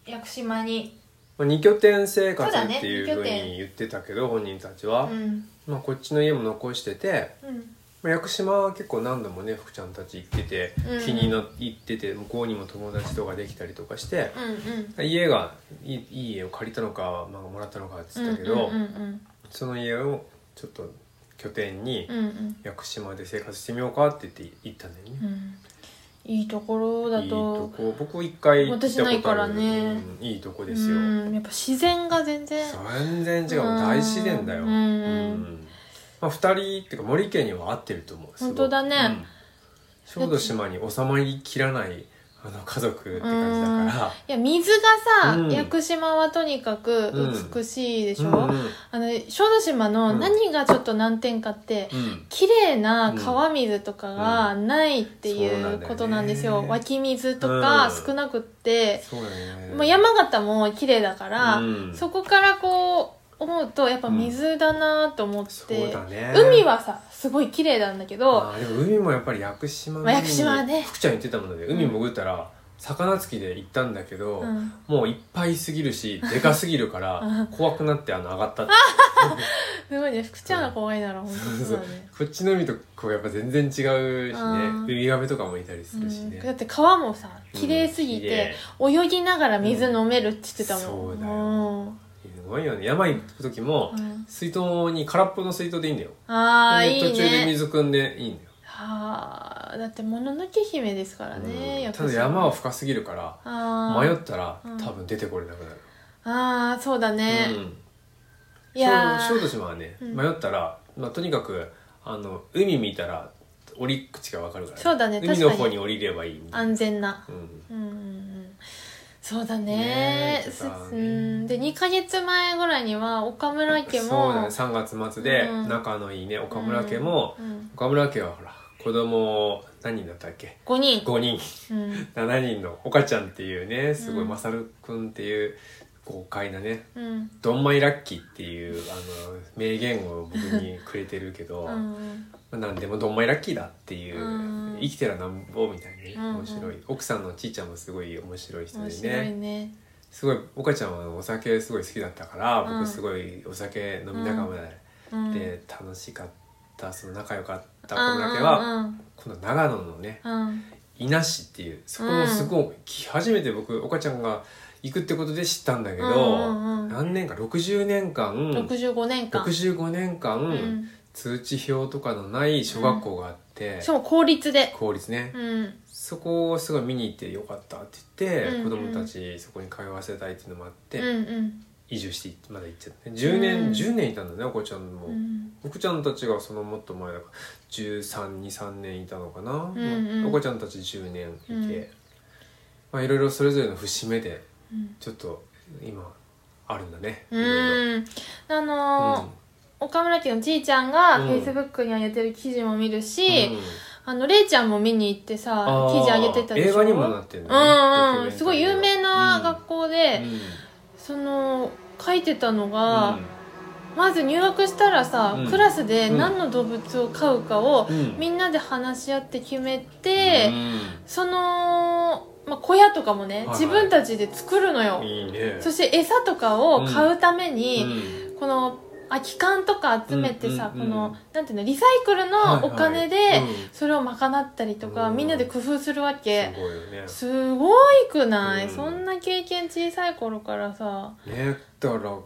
[SPEAKER 2] 屋久島に
[SPEAKER 1] まあ、二拠点生
[SPEAKER 2] そう
[SPEAKER 1] 活
[SPEAKER 2] だ
[SPEAKER 1] っ
[SPEAKER 2] ね
[SPEAKER 1] ていうふうに言ってたけど、本人たちは、
[SPEAKER 2] うん
[SPEAKER 1] まあ、こっちの家も残してて、
[SPEAKER 2] うん
[SPEAKER 1] まあ、屋久島は結構何度もね福ちゃんたち行ってて、
[SPEAKER 2] うん
[SPEAKER 1] 気になって行ってて向こうにも友達とかできたりとかして、
[SPEAKER 2] うんうん
[SPEAKER 1] 家がいいいい家を借りたのか、まあ、もらったのかっつったけど、
[SPEAKER 2] うんうん
[SPEAKER 1] その家をちょっと拠点に
[SPEAKER 2] うんうんうん
[SPEAKER 1] 屋久島で生活してみようかって言って行ったんだよね。
[SPEAKER 2] うんいいところだ
[SPEAKER 1] いい
[SPEAKER 2] と
[SPEAKER 1] とこ僕一回
[SPEAKER 2] 私ないからね
[SPEAKER 1] うんいいとこですよ、
[SPEAKER 2] うんやっぱ自然が全然
[SPEAKER 1] 全然違う
[SPEAKER 2] うん
[SPEAKER 1] 大自然だよ、
[SPEAKER 2] うん
[SPEAKER 1] まあ、2人っていうか森家には合ってると思うすごい
[SPEAKER 2] 本当だね
[SPEAKER 1] うん小豆島に収まりきらないあの家族って感じだか
[SPEAKER 2] いや水がさ、
[SPEAKER 1] うん
[SPEAKER 2] 屋久島はとにかく美しいでしょ、
[SPEAKER 1] らうんうん
[SPEAKER 2] あの小豆島の何がちょっと難点かって、
[SPEAKER 1] うん
[SPEAKER 2] 綺麗な川水とかがないってい
[SPEAKER 1] うんそうな
[SPEAKER 2] う
[SPEAKER 1] だ
[SPEAKER 2] ん
[SPEAKER 1] よね
[SPEAKER 2] ことなんですよ、湧き水とか
[SPEAKER 1] うん
[SPEAKER 2] 少なくって、
[SPEAKER 1] そうだね
[SPEAKER 2] もう山形も綺麗だから、
[SPEAKER 1] うん
[SPEAKER 2] そこからこう思うとやっぱ水だなと思っ
[SPEAKER 1] そう
[SPEAKER 2] て、
[SPEAKER 1] だね
[SPEAKER 2] 海はさすごい綺麗なんだけど、
[SPEAKER 1] あーでも海もやっぱり屋久島
[SPEAKER 2] まあ屋久島はね
[SPEAKER 1] 福ちゃん言ってたもので海潜ったら魚つきで行ったんだけど、
[SPEAKER 2] うん
[SPEAKER 1] もういっぱいすぎるしでかすぎるから
[SPEAKER 2] うん
[SPEAKER 1] 怖くなってあの上がったって
[SPEAKER 2] すごいね福ちゃんが怖いなら本当 にそうだね
[SPEAKER 1] こっちの海とこうやっぱ全然違うしね
[SPEAKER 2] うん
[SPEAKER 1] ウミガメとかもいたりするし
[SPEAKER 2] うん、
[SPEAKER 1] ね、
[SPEAKER 2] だって川もさ綺麗すぎて、泳ぎながら水飲めるって言ってたもん、
[SPEAKER 1] うんそうだよ綺麗すごいよね山行く時も
[SPEAKER 2] うんうん
[SPEAKER 1] 水筒に空っぽの水筒でいいんだよ
[SPEAKER 2] ああ
[SPEAKER 1] で
[SPEAKER 2] いいね
[SPEAKER 1] 途中で水汲んでいいんだよ
[SPEAKER 2] はあだってもののけ姫ですからね、
[SPEAKER 1] う
[SPEAKER 2] や
[SPEAKER 1] ん
[SPEAKER 2] っぱ
[SPEAKER 1] ただ山は深すぎるから
[SPEAKER 2] あ
[SPEAKER 1] 迷
[SPEAKER 2] ー
[SPEAKER 1] ったら
[SPEAKER 2] うん
[SPEAKER 1] 多分出てこれなくなる、
[SPEAKER 2] あーそうだね、
[SPEAKER 1] うん
[SPEAKER 2] いや
[SPEAKER 1] 小
[SPEAKER 2] ー
[SPEAKER 1] 豆島はね
[SPEAKER 2] うん
[SPEAKER 1] 迷ったら、まあ、とにかくあの海見たら降り口が分かるから、
[SPEAKER 2] そうだね
[SPEAKER 1] 海の
[SPEAKER 2] 確か
[SPEAKER 1] 方
[SPEAKER 2] に
[SPEAKER 1] に降りればいいみたいな、
[SPEAKER 2] 安全な
[SPEAKER 1] うん、
[SPEAKER 2] うんうんうんそうだね
[SPEAKER 1] ねえ
[SPEAKER 2] す
[SPEAKER 1] ちょっとね
[SPEAKER 2] うんで2か月前ぐらいには岡村家も
[SPEAKER 1] そうだね3月末で
[SPEAKER 2] うん
[SPEAKER 1] 仲のいいね岡村家も、
[SPEAKER 2] うん
[SPEAKER 1] 岡村家はほら子供何人だったっけ
[SPEAKER 2] 5人
[SPEAKER 1] 5人
[SPEAKER 2] うん
[SPEAKER 1] 7人の岡ちゃんっていうねすご
[SPEAKER 2] う
[SPEAKER 1] い
[SPEAKER 2] ん
[SPEAKER 1] まさるくんっていう豪快なね
[SPEAKER 2] うん
[SPEAKER 1] 「どんまいラッキー」っていうあの名言を僕にくれてるけど、
[SPEAKER 2] う
[SPEAKER 1] ま
[SPEAKER 2] ん
[SPEAKER 1] あ何でもどんまいラッキーだっていう、
[SPEAKER 2] うん
[SPEAKER 1] 生きてらなんぼみたいなね
[SPEAKER 2] うんうん
[SPEAKER 1] 面白い奥さんのちいちゃんもすごい面白い人
[SPEAKER 2] 面
[SPEAKER 1] で
[SPEAKER 2] 白い
[SPEAKER 1] ね
[SPEAKER 2] ね
[SPEAKER 1] すごい岡ちゃんはお酒すごい好きだったから
[SPEAKER 2] うん
[SPEAKER 1] 僕すごいお酒飲み仲間で。
[SPEAKER 2] うん
[SPEAKER 1] で楽しかったその仲良かった
[SPEAKER 2] うん
[SPEAKER 1] 岡村家は今度長野のね
[SPEAKER 2] うんうん
[SPEAKER 1] 伊那市っていうそこ
[SPEAKER 2] う
[SPEAKER 1] も
[SPEAKER 2] ん
[SPEAKER 1] すごいき初めて僕岡ちゃんが行くってことで知ったんだけど、
[SPEAKER 2] うんうんうん
[SPEAKER 1] 何年か60年
[SPEAKER 2] う
[SPEAKER 1] 間
[SPEAKER 2] ん65年間
[SPEAKER 1] 65年間、
[SPEAKER 2] うん
[SPEAKER 1] 通知表とかのない小学校があって
[SPEAKER 2] し、かも公立で
[SPEAKER 1] 公立ね、
[SPEAKER 2] うん
[SPEAKER 1] そこをすごい見に行ってよかったって言って、
[SPEAKER 2] うんうん
[SPEAKER 1] 子供たちそこに通わせたいっていうのもあって、
[SPEAKER 2] うん
[SPEAKER 1] 移住してまだ行っちゃって10年、
[SPEAKER 2] うん
[SPEAKER 1] 10年いたんだね岡ちゃんも。
[SPEAKER 2] うんうん
[SPEAKER 1] 僕ちゃんたちがそのもっと前だから1323年いたのかな、お
[SPEAKER 2] んうん
[SPEAKER 1] 子ちゃんたち10年いて、
[SPEAKER 2] うん
[SPEAKER 1] まあいろいろそれぞれの節目で
[SPEAKER 2] うん
[SPEAKER 1] ちょっと今あるんだね、
[SPEAKER 2] う
[SPEAKER 1] いろいろ
[SPEAKER 2] んあ
[SPEAKER 1] うん
[SPEAKER 2] のー岡村家のじいちゃんがフ
[SPEAKER 1] うん
[SPEAKER 2] ェイスブックに上げてる記事も見るし、
[SPEAKER 1] うん
[SPEAKER 2] あのレイちゃんも見に行ってさ
[SPEAKER 1] あー
[SPEAKER 2] 記事上げてたでしょ
[SPEAKER 1] 映画にもなってるね
[SPEAKER 2] う
[SPEAKER 1] ド
[SPEAKER 2] んう
[SPEAKER 1] キュメンタリー
[SPEAKER 2] ん
[SPEAKER 1] が
[SPEAKER 2] すごい有名な学校で、
[SPEAKER 1] うん
[SPEAKER 2] その書いてたの
[SPEAKER 1] う
[SPEAKER 2] が、
[SPEAKER 1] ん
[SPEAKER 2] まず入学したらさ、
[SPEAKER 1] うん
[SPEAKER 2] クラスで何の動物を飼うかを、
[SPEAKER 1] うん
[SPEAKER 2] みんなで話し合って決めて、
[SPEAKER 1] うん
[SPEAKER 2] その、まあ、小屋とかもね、
[SPEAKER 1] はいはい
[SPEAKER 2] 自分たちで作るのよ、
[SPEAKER 1] いいね
[SPEAKER 2] そして餌とかを買うために、
[SPEAKER 1] うん
[SPEAKER 2] この空き缶とか集めてさ、
[SPEAKER 1] うんうんうん
[SPEAKER 2] このなんていうのリサイクル
[SPEAKER 1] はいはい
[SPEAKER 2] のお金で、
[SPEAKER 1] うん
[SPEAKER 2] それを賄ったりとか、
[SPEAKER 1] うん
[SPEAKER 2] みんなで工夫するわけ
[SPEAKER 1] すごいよね
[SPEAKER 2] すごいくない、
[SPEAKER 1] うん
[SPEAKER 2] そんな経験小さい頃からさ
[SPEAKER 1] ねだから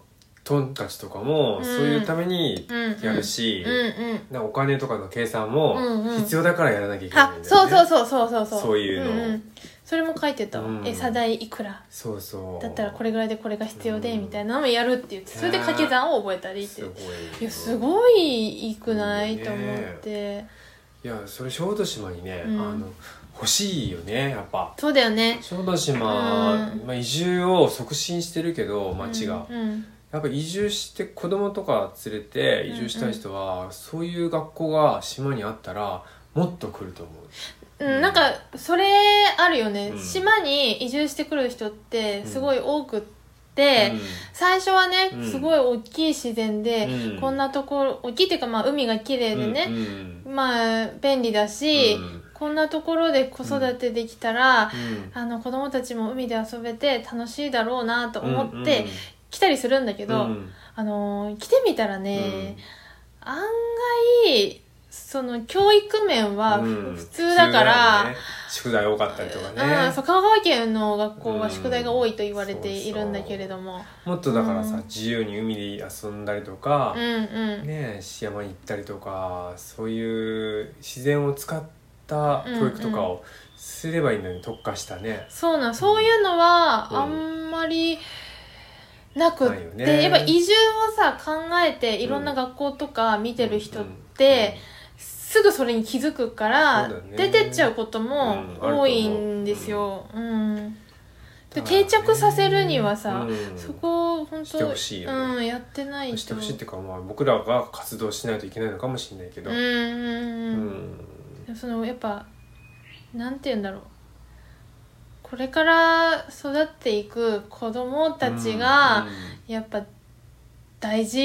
[SPEAKER 1] トンたちとかもそういうために
[SPEAKER 2] うん
[SPEAKER 1] やるし、
[SPEAKER 2] うんうん
[SPEAKER 1] なんかお金とかの計算
[SPEAKER 2] うん
[SPEAKER 1] も
[SPEAKER 2] うん
[SPEAKER 1] 必要だからやらなきゃいけないんだ
[SPEAKER 2] あ
[SPEAKER 1] よね、
[SPEAKER 2] そうそうそうそうそうそう
[SPEAKER 1] そういうの
[SPEAKER 2] んんそれも書いてたわ、
[SPEAKER 1] うん
[SPEAKER 2] 餌代いくら
[SPEAKER 1] そうそう
[SPEAKER 2] だったらこれぐらいでこれが必要で、
[SPEAKER 1] うん
[SPEAKER 2] みたいなのもやるって言ってそれで掛け算を覚えたりって
[SPEAKER 1] すごい
[SPEAKER 2] いやすごいいいくない、
[SPEAKER 1] うん
[SPEAKER 2] と思って
[SPEAKER 1] いやそれ小豆島にね、
[SPEAKER 2] うん
[SPEAKER 1] あの欲しいよねやっぱ
[SPEAKER 2] そうだよね
[SPEAKER 1] 小豆島、
[SPEAKER 2] うん
[SPEAKER 1] まあ、移住を促進してるけど町が、
[SPEAKER 2] うんうん
[SPEAKER 1] やっぱ移住して子供とか連れて移住したい人は、そういう学校が島にあったらもっと来ると思う
[SPEAKER 2] うん、なんかそれあるよね、
[SPEAKER 1] うん
[SPEAKER 2] 島に移住してくる人ってすごい多くって、
[SPEAKER 1] う
[SPEAKER 2] 最初はね、
[SPEAKER 1] うん
[SPEAKER 2] すごい大きい自然で、
[SPEAKER 1] うん
[SPEAKER 2] こんなところ大きいっていうかまあ海が綺麗で
[SPEAKER 1] ん
[SPEAKER 2] ね、
[SPEAKER 1] うん
[SPEAKER 2] まあ便利だし、
[SPEAKER 1] うん
[SPEAKER 2] こんなところで子育てできたら
[SPEAKER 1] う、ん
[SPEAKER 2] あの子供たちも海で遊べて楽しいだろうなと思っ
[SPEAKER 1] う
[SPEAKER 2] て
[SPEAKER 1] んうん
[SPEAKER 2] 来たりするんだけど、
[SPEAKER 1] うん
[SPEAKER 2] あのー来てみたらね、
[SPEAKER 1] う
[SPEAKER 2] 案外その教育面は
[SPEAKER 1] うん
[SPEAKER 2] 普通だから。
[SPEAKER 1] 普通だよね宿題多かったりとかね、
[SPEAKER 2] うん、そう香川県の学校
[SPEAKER 1] う
[SPEAKER 2] は
[SPEAKER 1] ん
[SPEAKER 2] 宿題が多いと言われているんだけれども、
[SPEAKER 1] もっとだからさ、
[SPEAKER 2] うん
[SPEAKER 1] 自由に海で遊んだりとか、
[SPEAKER 2] うん、うん
[SPEAKER 1] ねえ山に行ったりとかそういう自然を使った教育とかをすればいいのに特化したね、
[SPEAKER 2] そうなんそういうのは
[SPEAKER 1] うん
[SPEAKER 2] あんまりなくっ
[SPEAKER 1] ないよ
[SPEAKER 2] て、
[SPEAKER 1] ね
[SPEAKER 2] やっぱ移住をさ考えていろんな学校とか見てる人って、すぐそれに気づくから、
[SPEAKER 1] そうだね
[SPEAKER 2] 出てっちゃうことも
[SPEAKER 1] うん
[SPEAKER 2] 多いんですよ。うんで
[SPEAKER 1] だからね
[SPEAKER 2] 定着させるにはさ、
[SPEAKER 1] うん
[SPEAKER 2] そこを本当
[SPEAKER 1] してほしいよね
[SPEAKER 2] うん、やってないと
[SPEAKER 1] してほしいっていうか、まあ、僕らが活動しないといけないのかもしれないけど、
[SPEAKER 2] うんうん
[SPEAKER 1] う
[SPEAKER 2] うん
[SPEAKER 1] ん
[SPEAKER 2] そのやっぱなんて言うんだろうこれから育っていく子供たちが、やっぱ大事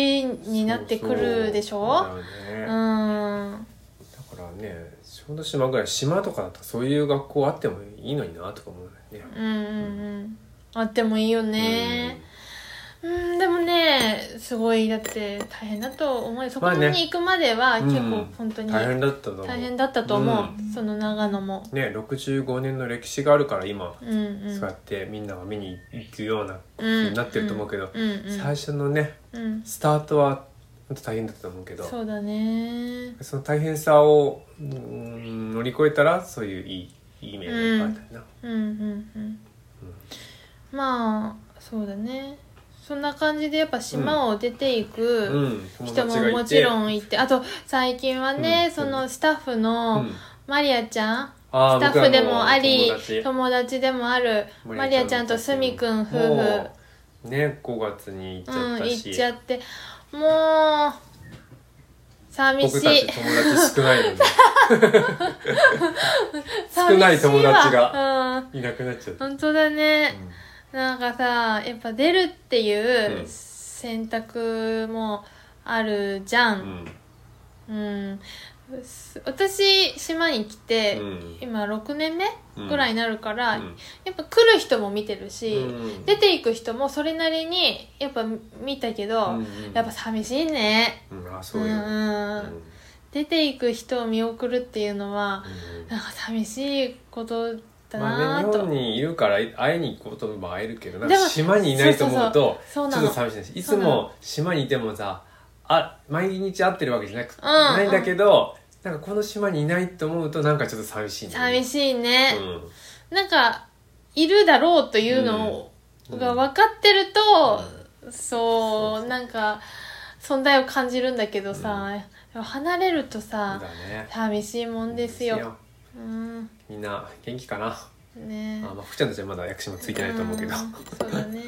[SPEAKER 1] うん
[SPEAKER 2] になってくるでし
[SPEAKER 1] そう
[SPEAKER 2] ょ
[SPEAKER 1] そうだ
[SPEAKER 2] う
[SPEAKER 1] よね
[SPEAKER 2] ん
[SPEAKER 1] だからね小豆島ぐらい島とかだったらそういう学校あってもいいのになとか思うよね。
[SPEAKER 2] うんうんうんあってもいいよねうん、でもねすごいだって大変だと思うよそこ
[SPEAKER 1] まあね
[SPEAKER 2] に行くまでは結
[SPEAKER 1] うん
[SPEAKER 2] 構本当
[SPEAKER 1] うん
[SPEAKER 2] に
[SPEAKER 1] 大
[SPEAKER 2] 大
[SPEAKER 1] 変だったと思う
[SPEAKER 2] 変だったと思う、
[SPEAKER 1] う
[SPEAKER 2] その長野も
[SPEAKER 1] ね65年の歴史があるから今、
[SPEAKER 2] うんうん
[SPEAKER 1] そうやってみんなが見に行くような
[SPEAKER 2] う
[SPEAKER 1] 風
[SPEAKER 2] ん
[SPEAKER 1] になってると思うけど、
[SPEAKER 2] うんうんうん
[SPEAKER 1] 最初のね
[SPEAKER 2] うん
[SPEAKER 1] スタートは本当大変だったと思うけどそ
[SPEAKER 2] そうだね
[SPEAKER 1] の大変さをうん乗り越えたらそういういいいい面がいっぱいあったよな。
[SPEAKER 2] うんうんうんまあそうだねそんな感じでやっぱ島を出ていく
[SPEAKER 1] うん友
[SPEAKER 2] 人
[SPEAKER 1] 達
[SPEAKER 2] も
[SPEAKER 1] がいて
[SPEAKER 2] もちろんいてあと最近はね、
[SPEAKER 1] うん
[SPEAKER 2] そのスタッフの
[SPEAKER 1] うん
[SPEAKER 2] マリアちゃん、
[SPEAKER 1] あ
[SPEAKER 2] スタッフでもあり
[SPEAKER 1] 僕らの友達
[SPEAKER 2] 友達でもあるマリアちゃんとスミくん夫婦
[SPEAKER 1] もうね5月に行っち
[SPEAKER 2] う
[SPEAKER 1] ゃ
[SPEAKER 2] ん
[SPEAKER 1] ったし、
[SPEAKER 2] 行っちゃってもう 寂し
[SPEAKER 1] 僕
[SPEAKER 2] い
[SPEAKER 1] たち友達少ないのに
[SPEAKER 2] 寂し
[SPEAKER 1] 少ない友達が
[SPEAKER 2] わうん
[SPEAKER 1] いなくなっちゃった、
[SPEAKER 2] 本当だね、
[SPEAKER 1] うん
[SPEAKER 2] なんかさやっぱ出るっていう
[SPEAKER 1] うん
[SPEAKER 2] 選択もあるじゃ、
[SPEAKER 1] うんん
[SPEAKER 2] うんす私島に来て、
[SPEAKER 1] うん
[SPEAKER 2] 今6年目
[SPEAKER 1] うん
[SPEAKER 2] ぐらいになるから、
[SPEAKER 1] うん
[SPEAKER 2] やっぱ来る人も見てるし、
[SPEAKER 1] うん
[SPEAKER 2] 出ていく人もそれなりにやっぱ見たけど、
[SPEAKER 1] うんうん
[SPEAKER 2] やっぱ寂しいね
[SPEAKER 1] うんあ
[SPEAKER 2] う
[SPEAKER 1] そ
[SPEAKER 2] ん
[SPEAKER 1] うよ、うん
[SPEAKER 2] うん、出ていく人を見送るっていうのは、
[SPEAKER 1] うん
[SPEAKER 2] なんか寂しいことだ
[SPEAKER 1] まあ
[SPEAKER 2] な
[SPEAKER 1] ね、日
[SPEAKER 2] ぁと、
[SPEAKER 1] 本にいるから会いに行こうとも会えるけどなん
[SPEAKER 2] で
[SPEAKER 1] か
[SPEAKER 2] も
[SPEAKER 1] 島にいないと思うとち
[SPEAKER 2] そ
[SPEAKER 1] ょ
[SPEAKER 2] う
[SPEAKER 1] っ
[SPEAKER 2] そうそう
[SPEAKER 1] と
[SPEAKER 2] そうな
[SPEAKER 1] 寂
[SPEAKER 2] の
[SPEAKER 1] しいですい
[SPEAKER 2] そ
[SPEAKER 1] つ
[SPEAKER 2] うなの
[SPEAKER 1] も島にいてもさあ毎日会ってるわけじゃなく、
[SPEAKER 2] ん
[SPEAKER 1] ないんだけどなんかこの島にいないと思うとなんかちょっと寂しいんだよね
[SPEAKER 2] 寂しいね、
[SPEAKER 1] うん
[SPEAKER 2] なんかいるだろうというのを
[SPEAKER 1] うん
[SPEAKER 2] が分かってると、そうなんか存在を感じるんだけどさ、でも離れると
[SPEAKER 1] そう
[SPEAKER 2] さ、
[SPEAKER 1] だね
[SPEAKER 2] 寂しいもんですよ。うん
[SPEAKER 1] みんな元気かな、
[SPEAKER 2] ね
[SPEAKER 1] あまあ福ちゃんたちはまだ役者もついてないと思うけど、
[SPEAKER 2] んそうだね。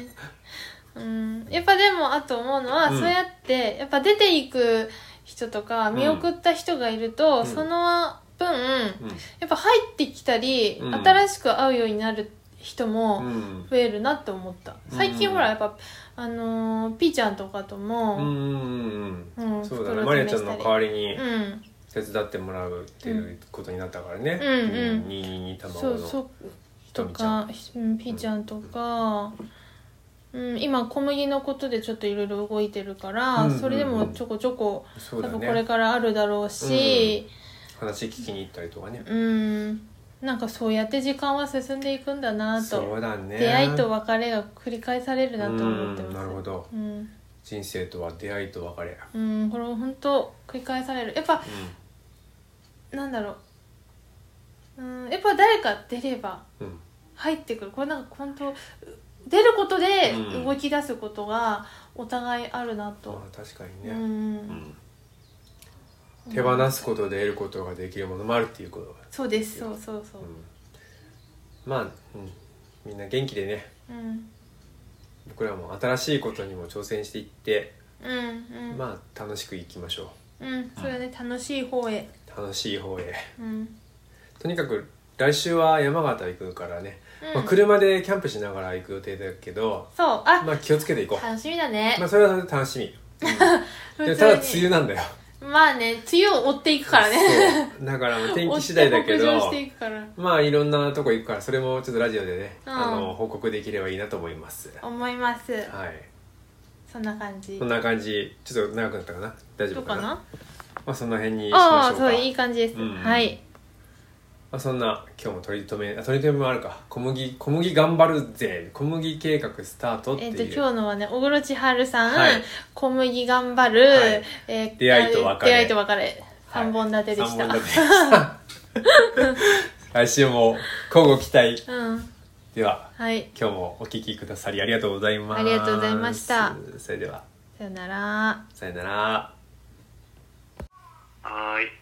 [SPEAKER 2] うん、やっぱでもあと思うのは、
[SPEAKER 1] うん
[SPEAKER 2] そうやってやっぱ出ていく人とか見送った人がいると、
[SPEAKER 1] ん
[SPEAKER 2] その分分、やっぱ入ってきたり、
[SPEAKER 1] うん
[SPEAKER 2] 新しく会うようになる人
[SPEAKER 1] う
[SPEAKER 2] も
[SPEAKER 1] ん
[SPEAKER 2] 増えるなって思った最近
[SPEAKER 1] うん
[SPEAKER 2] ほらやっぱ、あのー、ピーちゃんとかと
[SPEAKER 1] うんう
[SPEAKER 2] も、
[SPEAKER 1] ん
[SPEAKER 2] うん
[SPEAKER 1] うんそうだね
[SPEAKER 2] 袋
[SPEAKER 1] マリア
[SPEAKER 2] 詰
[SPEAKER 1] ちゃ
[SPEAKER 2] め
[SPEAKER 1] んの
[SPEAKER 2] したり
[SPEAKER 1] 代わりに
[SPEAKER 2] うん
[SPEAKER 1] 手伝ってもらうっていうことになったからね
[SPEAKER 2] うんうん
[SPEAKER 1] うん222卵
[SPEAKER 2] そう
[SPEAKER 1] の
[SPEAKER 2] そうと
[SPEAKER 1] みちゃ
[SPEAKER 2] かうんピーちゃんとか、うん、今小麦のことでちょっといろいろ動いてるから、
[SPEAKER 1] うん
[SPEAKER 2] それでもちょこちょこ
[SPEAKER 1] そうだ
[SPEAKER 2] 多分これ
[SPEAKER 1] ね
[SPEAKER 2] からあるだろうし、
[SPEAKER 1] 話聞きに行ったりとかね
[SPEAKER 2] うんなんかそうやって時間は進んでいくんだな
[SPEAKER 1] そ
[SPEAKER 2] と、
[SPEAKER 1] うだね
[SPEAKER 2] 出会いと別れが繰り返されるなと思ってます。
[SPEAKER 1] うんなるほど
[SPEAKER 2] うん
[SPEAKER 1] 人生とは出会いと別れ
[SPEAKER 2] うん、これ本当繰り返されるやっぱなんだろう、うん、やっぱ誰か出れば
[SPEAKER 1] うんうん
[SPEAKER 2] 入ってくるこれなんか本当う出ることで
[SPEAKER 1] うん
[SPEAKER 2] 動き出すことがお互いあるなと
[SPEAKER 1] ま、あ確かに
[SPEAKER 2] う
[SPEAKER 1] ね
[SPEAKER 2] ん、
[SPEAKER 1] うん手放すことで得ることができるものもあるっていうことが、
[SPEAKER 2] そうですそうそうそう
[SPEAKER 1] うん、まあ、うん、みんな元気でね
[SPEAKER 2] うん
[SPEAKER 1] 僕らも新しいことにも挑戦していって、
[SPEAKER 2] うんうん、
[SPEAKER 1] まあ楽しくいきましょ
[SPEAKER 2] うんそれはね楽しい方へ
[SPEAKER 1] う楽しい方へ
[SPEAKER 2] うん、
[SPEAKER 1] とにかく来週は山形行くからね、
[SPEAKER 2] うん
[SPEAKER 1] まあ、車でキャンプしながら行く予定だけど、
[SPEAKER 2] そうあ、
[SPEAKER 1] まあ、気をつけていこう、
[SPEAKER 2] 楽しみだね、
[SPEAKER 1] まあ、それは楽しみ、うんで
[SPEAKER 2] 普
[SPEAKER 1] ただ梅
[SPEAKER 2] 通
[SPEAKER 1] 雨
[SPEAKER 2] に
[SPEAKER 1] なんだよ
[SPEAKER 2] まあね梅雨を追っていくからね
[SPEAKER 1] そうだからもう天
[SPEAKER 2] 追
[SPEAKER 1] 気
[SPEAKER 2] って
[SPEAKER 1] 次第だけ
[SPEAKER 2] 北
[SPEAKER 1] ど
[SPEAKER 2] 上していくから
[SPEAKER 1] まあいろんなとこ行くからそれもちょっとラジオでね、
[SPEAKER 2] うん
[SPEAKER 1] あの報告できればいいなと思います
[SPEAKER 2] 思います
[SPEAKER 1] はい
[SPEAKER 2] そんな感じ
[SPEAKER 1] こんな感じちょっと長くなったかな大丈
[SPEAKER 2] ど
[SPEAKER 1] 夫
[SPEAKER 2] う
[SPEAKER 1] か
[SPEAKER 2] か
[SPEAKER 1] な
[SPEAKER 2] な
[SPEAKER 1] まあその辺にしま
[SPEAKER 2] ああ
[SPEAKER 1] しょう
[SPEAKER 2] そ
[SPEAKER 1] か
[SPEAKER 2] ういい感じです、
[SPEAKER 1] うんうん
[SPEAKER 2] はい
[SPEAKER 1] まあ、そんな今日も取り留めあ取り留めもあるか小麦小麦頑張るぜ小麦計画スタートってい
[SPEAKER 2] え
[SPEAKER 1] う、
[SPEAKER 2] っと今日のはね小黒千春さん、
[SPEAKER 1] はい
[SPEAKER 2] 小麦頑張る、
[SPEAKER 1] はい
[SPEAKER 2] えー
[SPEAKER 1] 出会いと別れ
[SPEAKER 2] 出会いと別れ3本立てでした、
[SPEAKER 1] 三本立てでした 来週も交互期待
[SPEAKER 2] うん
[SPEAKER 1] では
[SPEAKER 2] はい
[SPEAKER 1] 今日もお聞きくださりありがとうございます
[SPEAKER 2] ありがとうございました
[SPEAKER 1] それでは
[SPEAKER 2] さよなら
[SPEAKER 1] さよなら
[SPEAKER 3] はーい。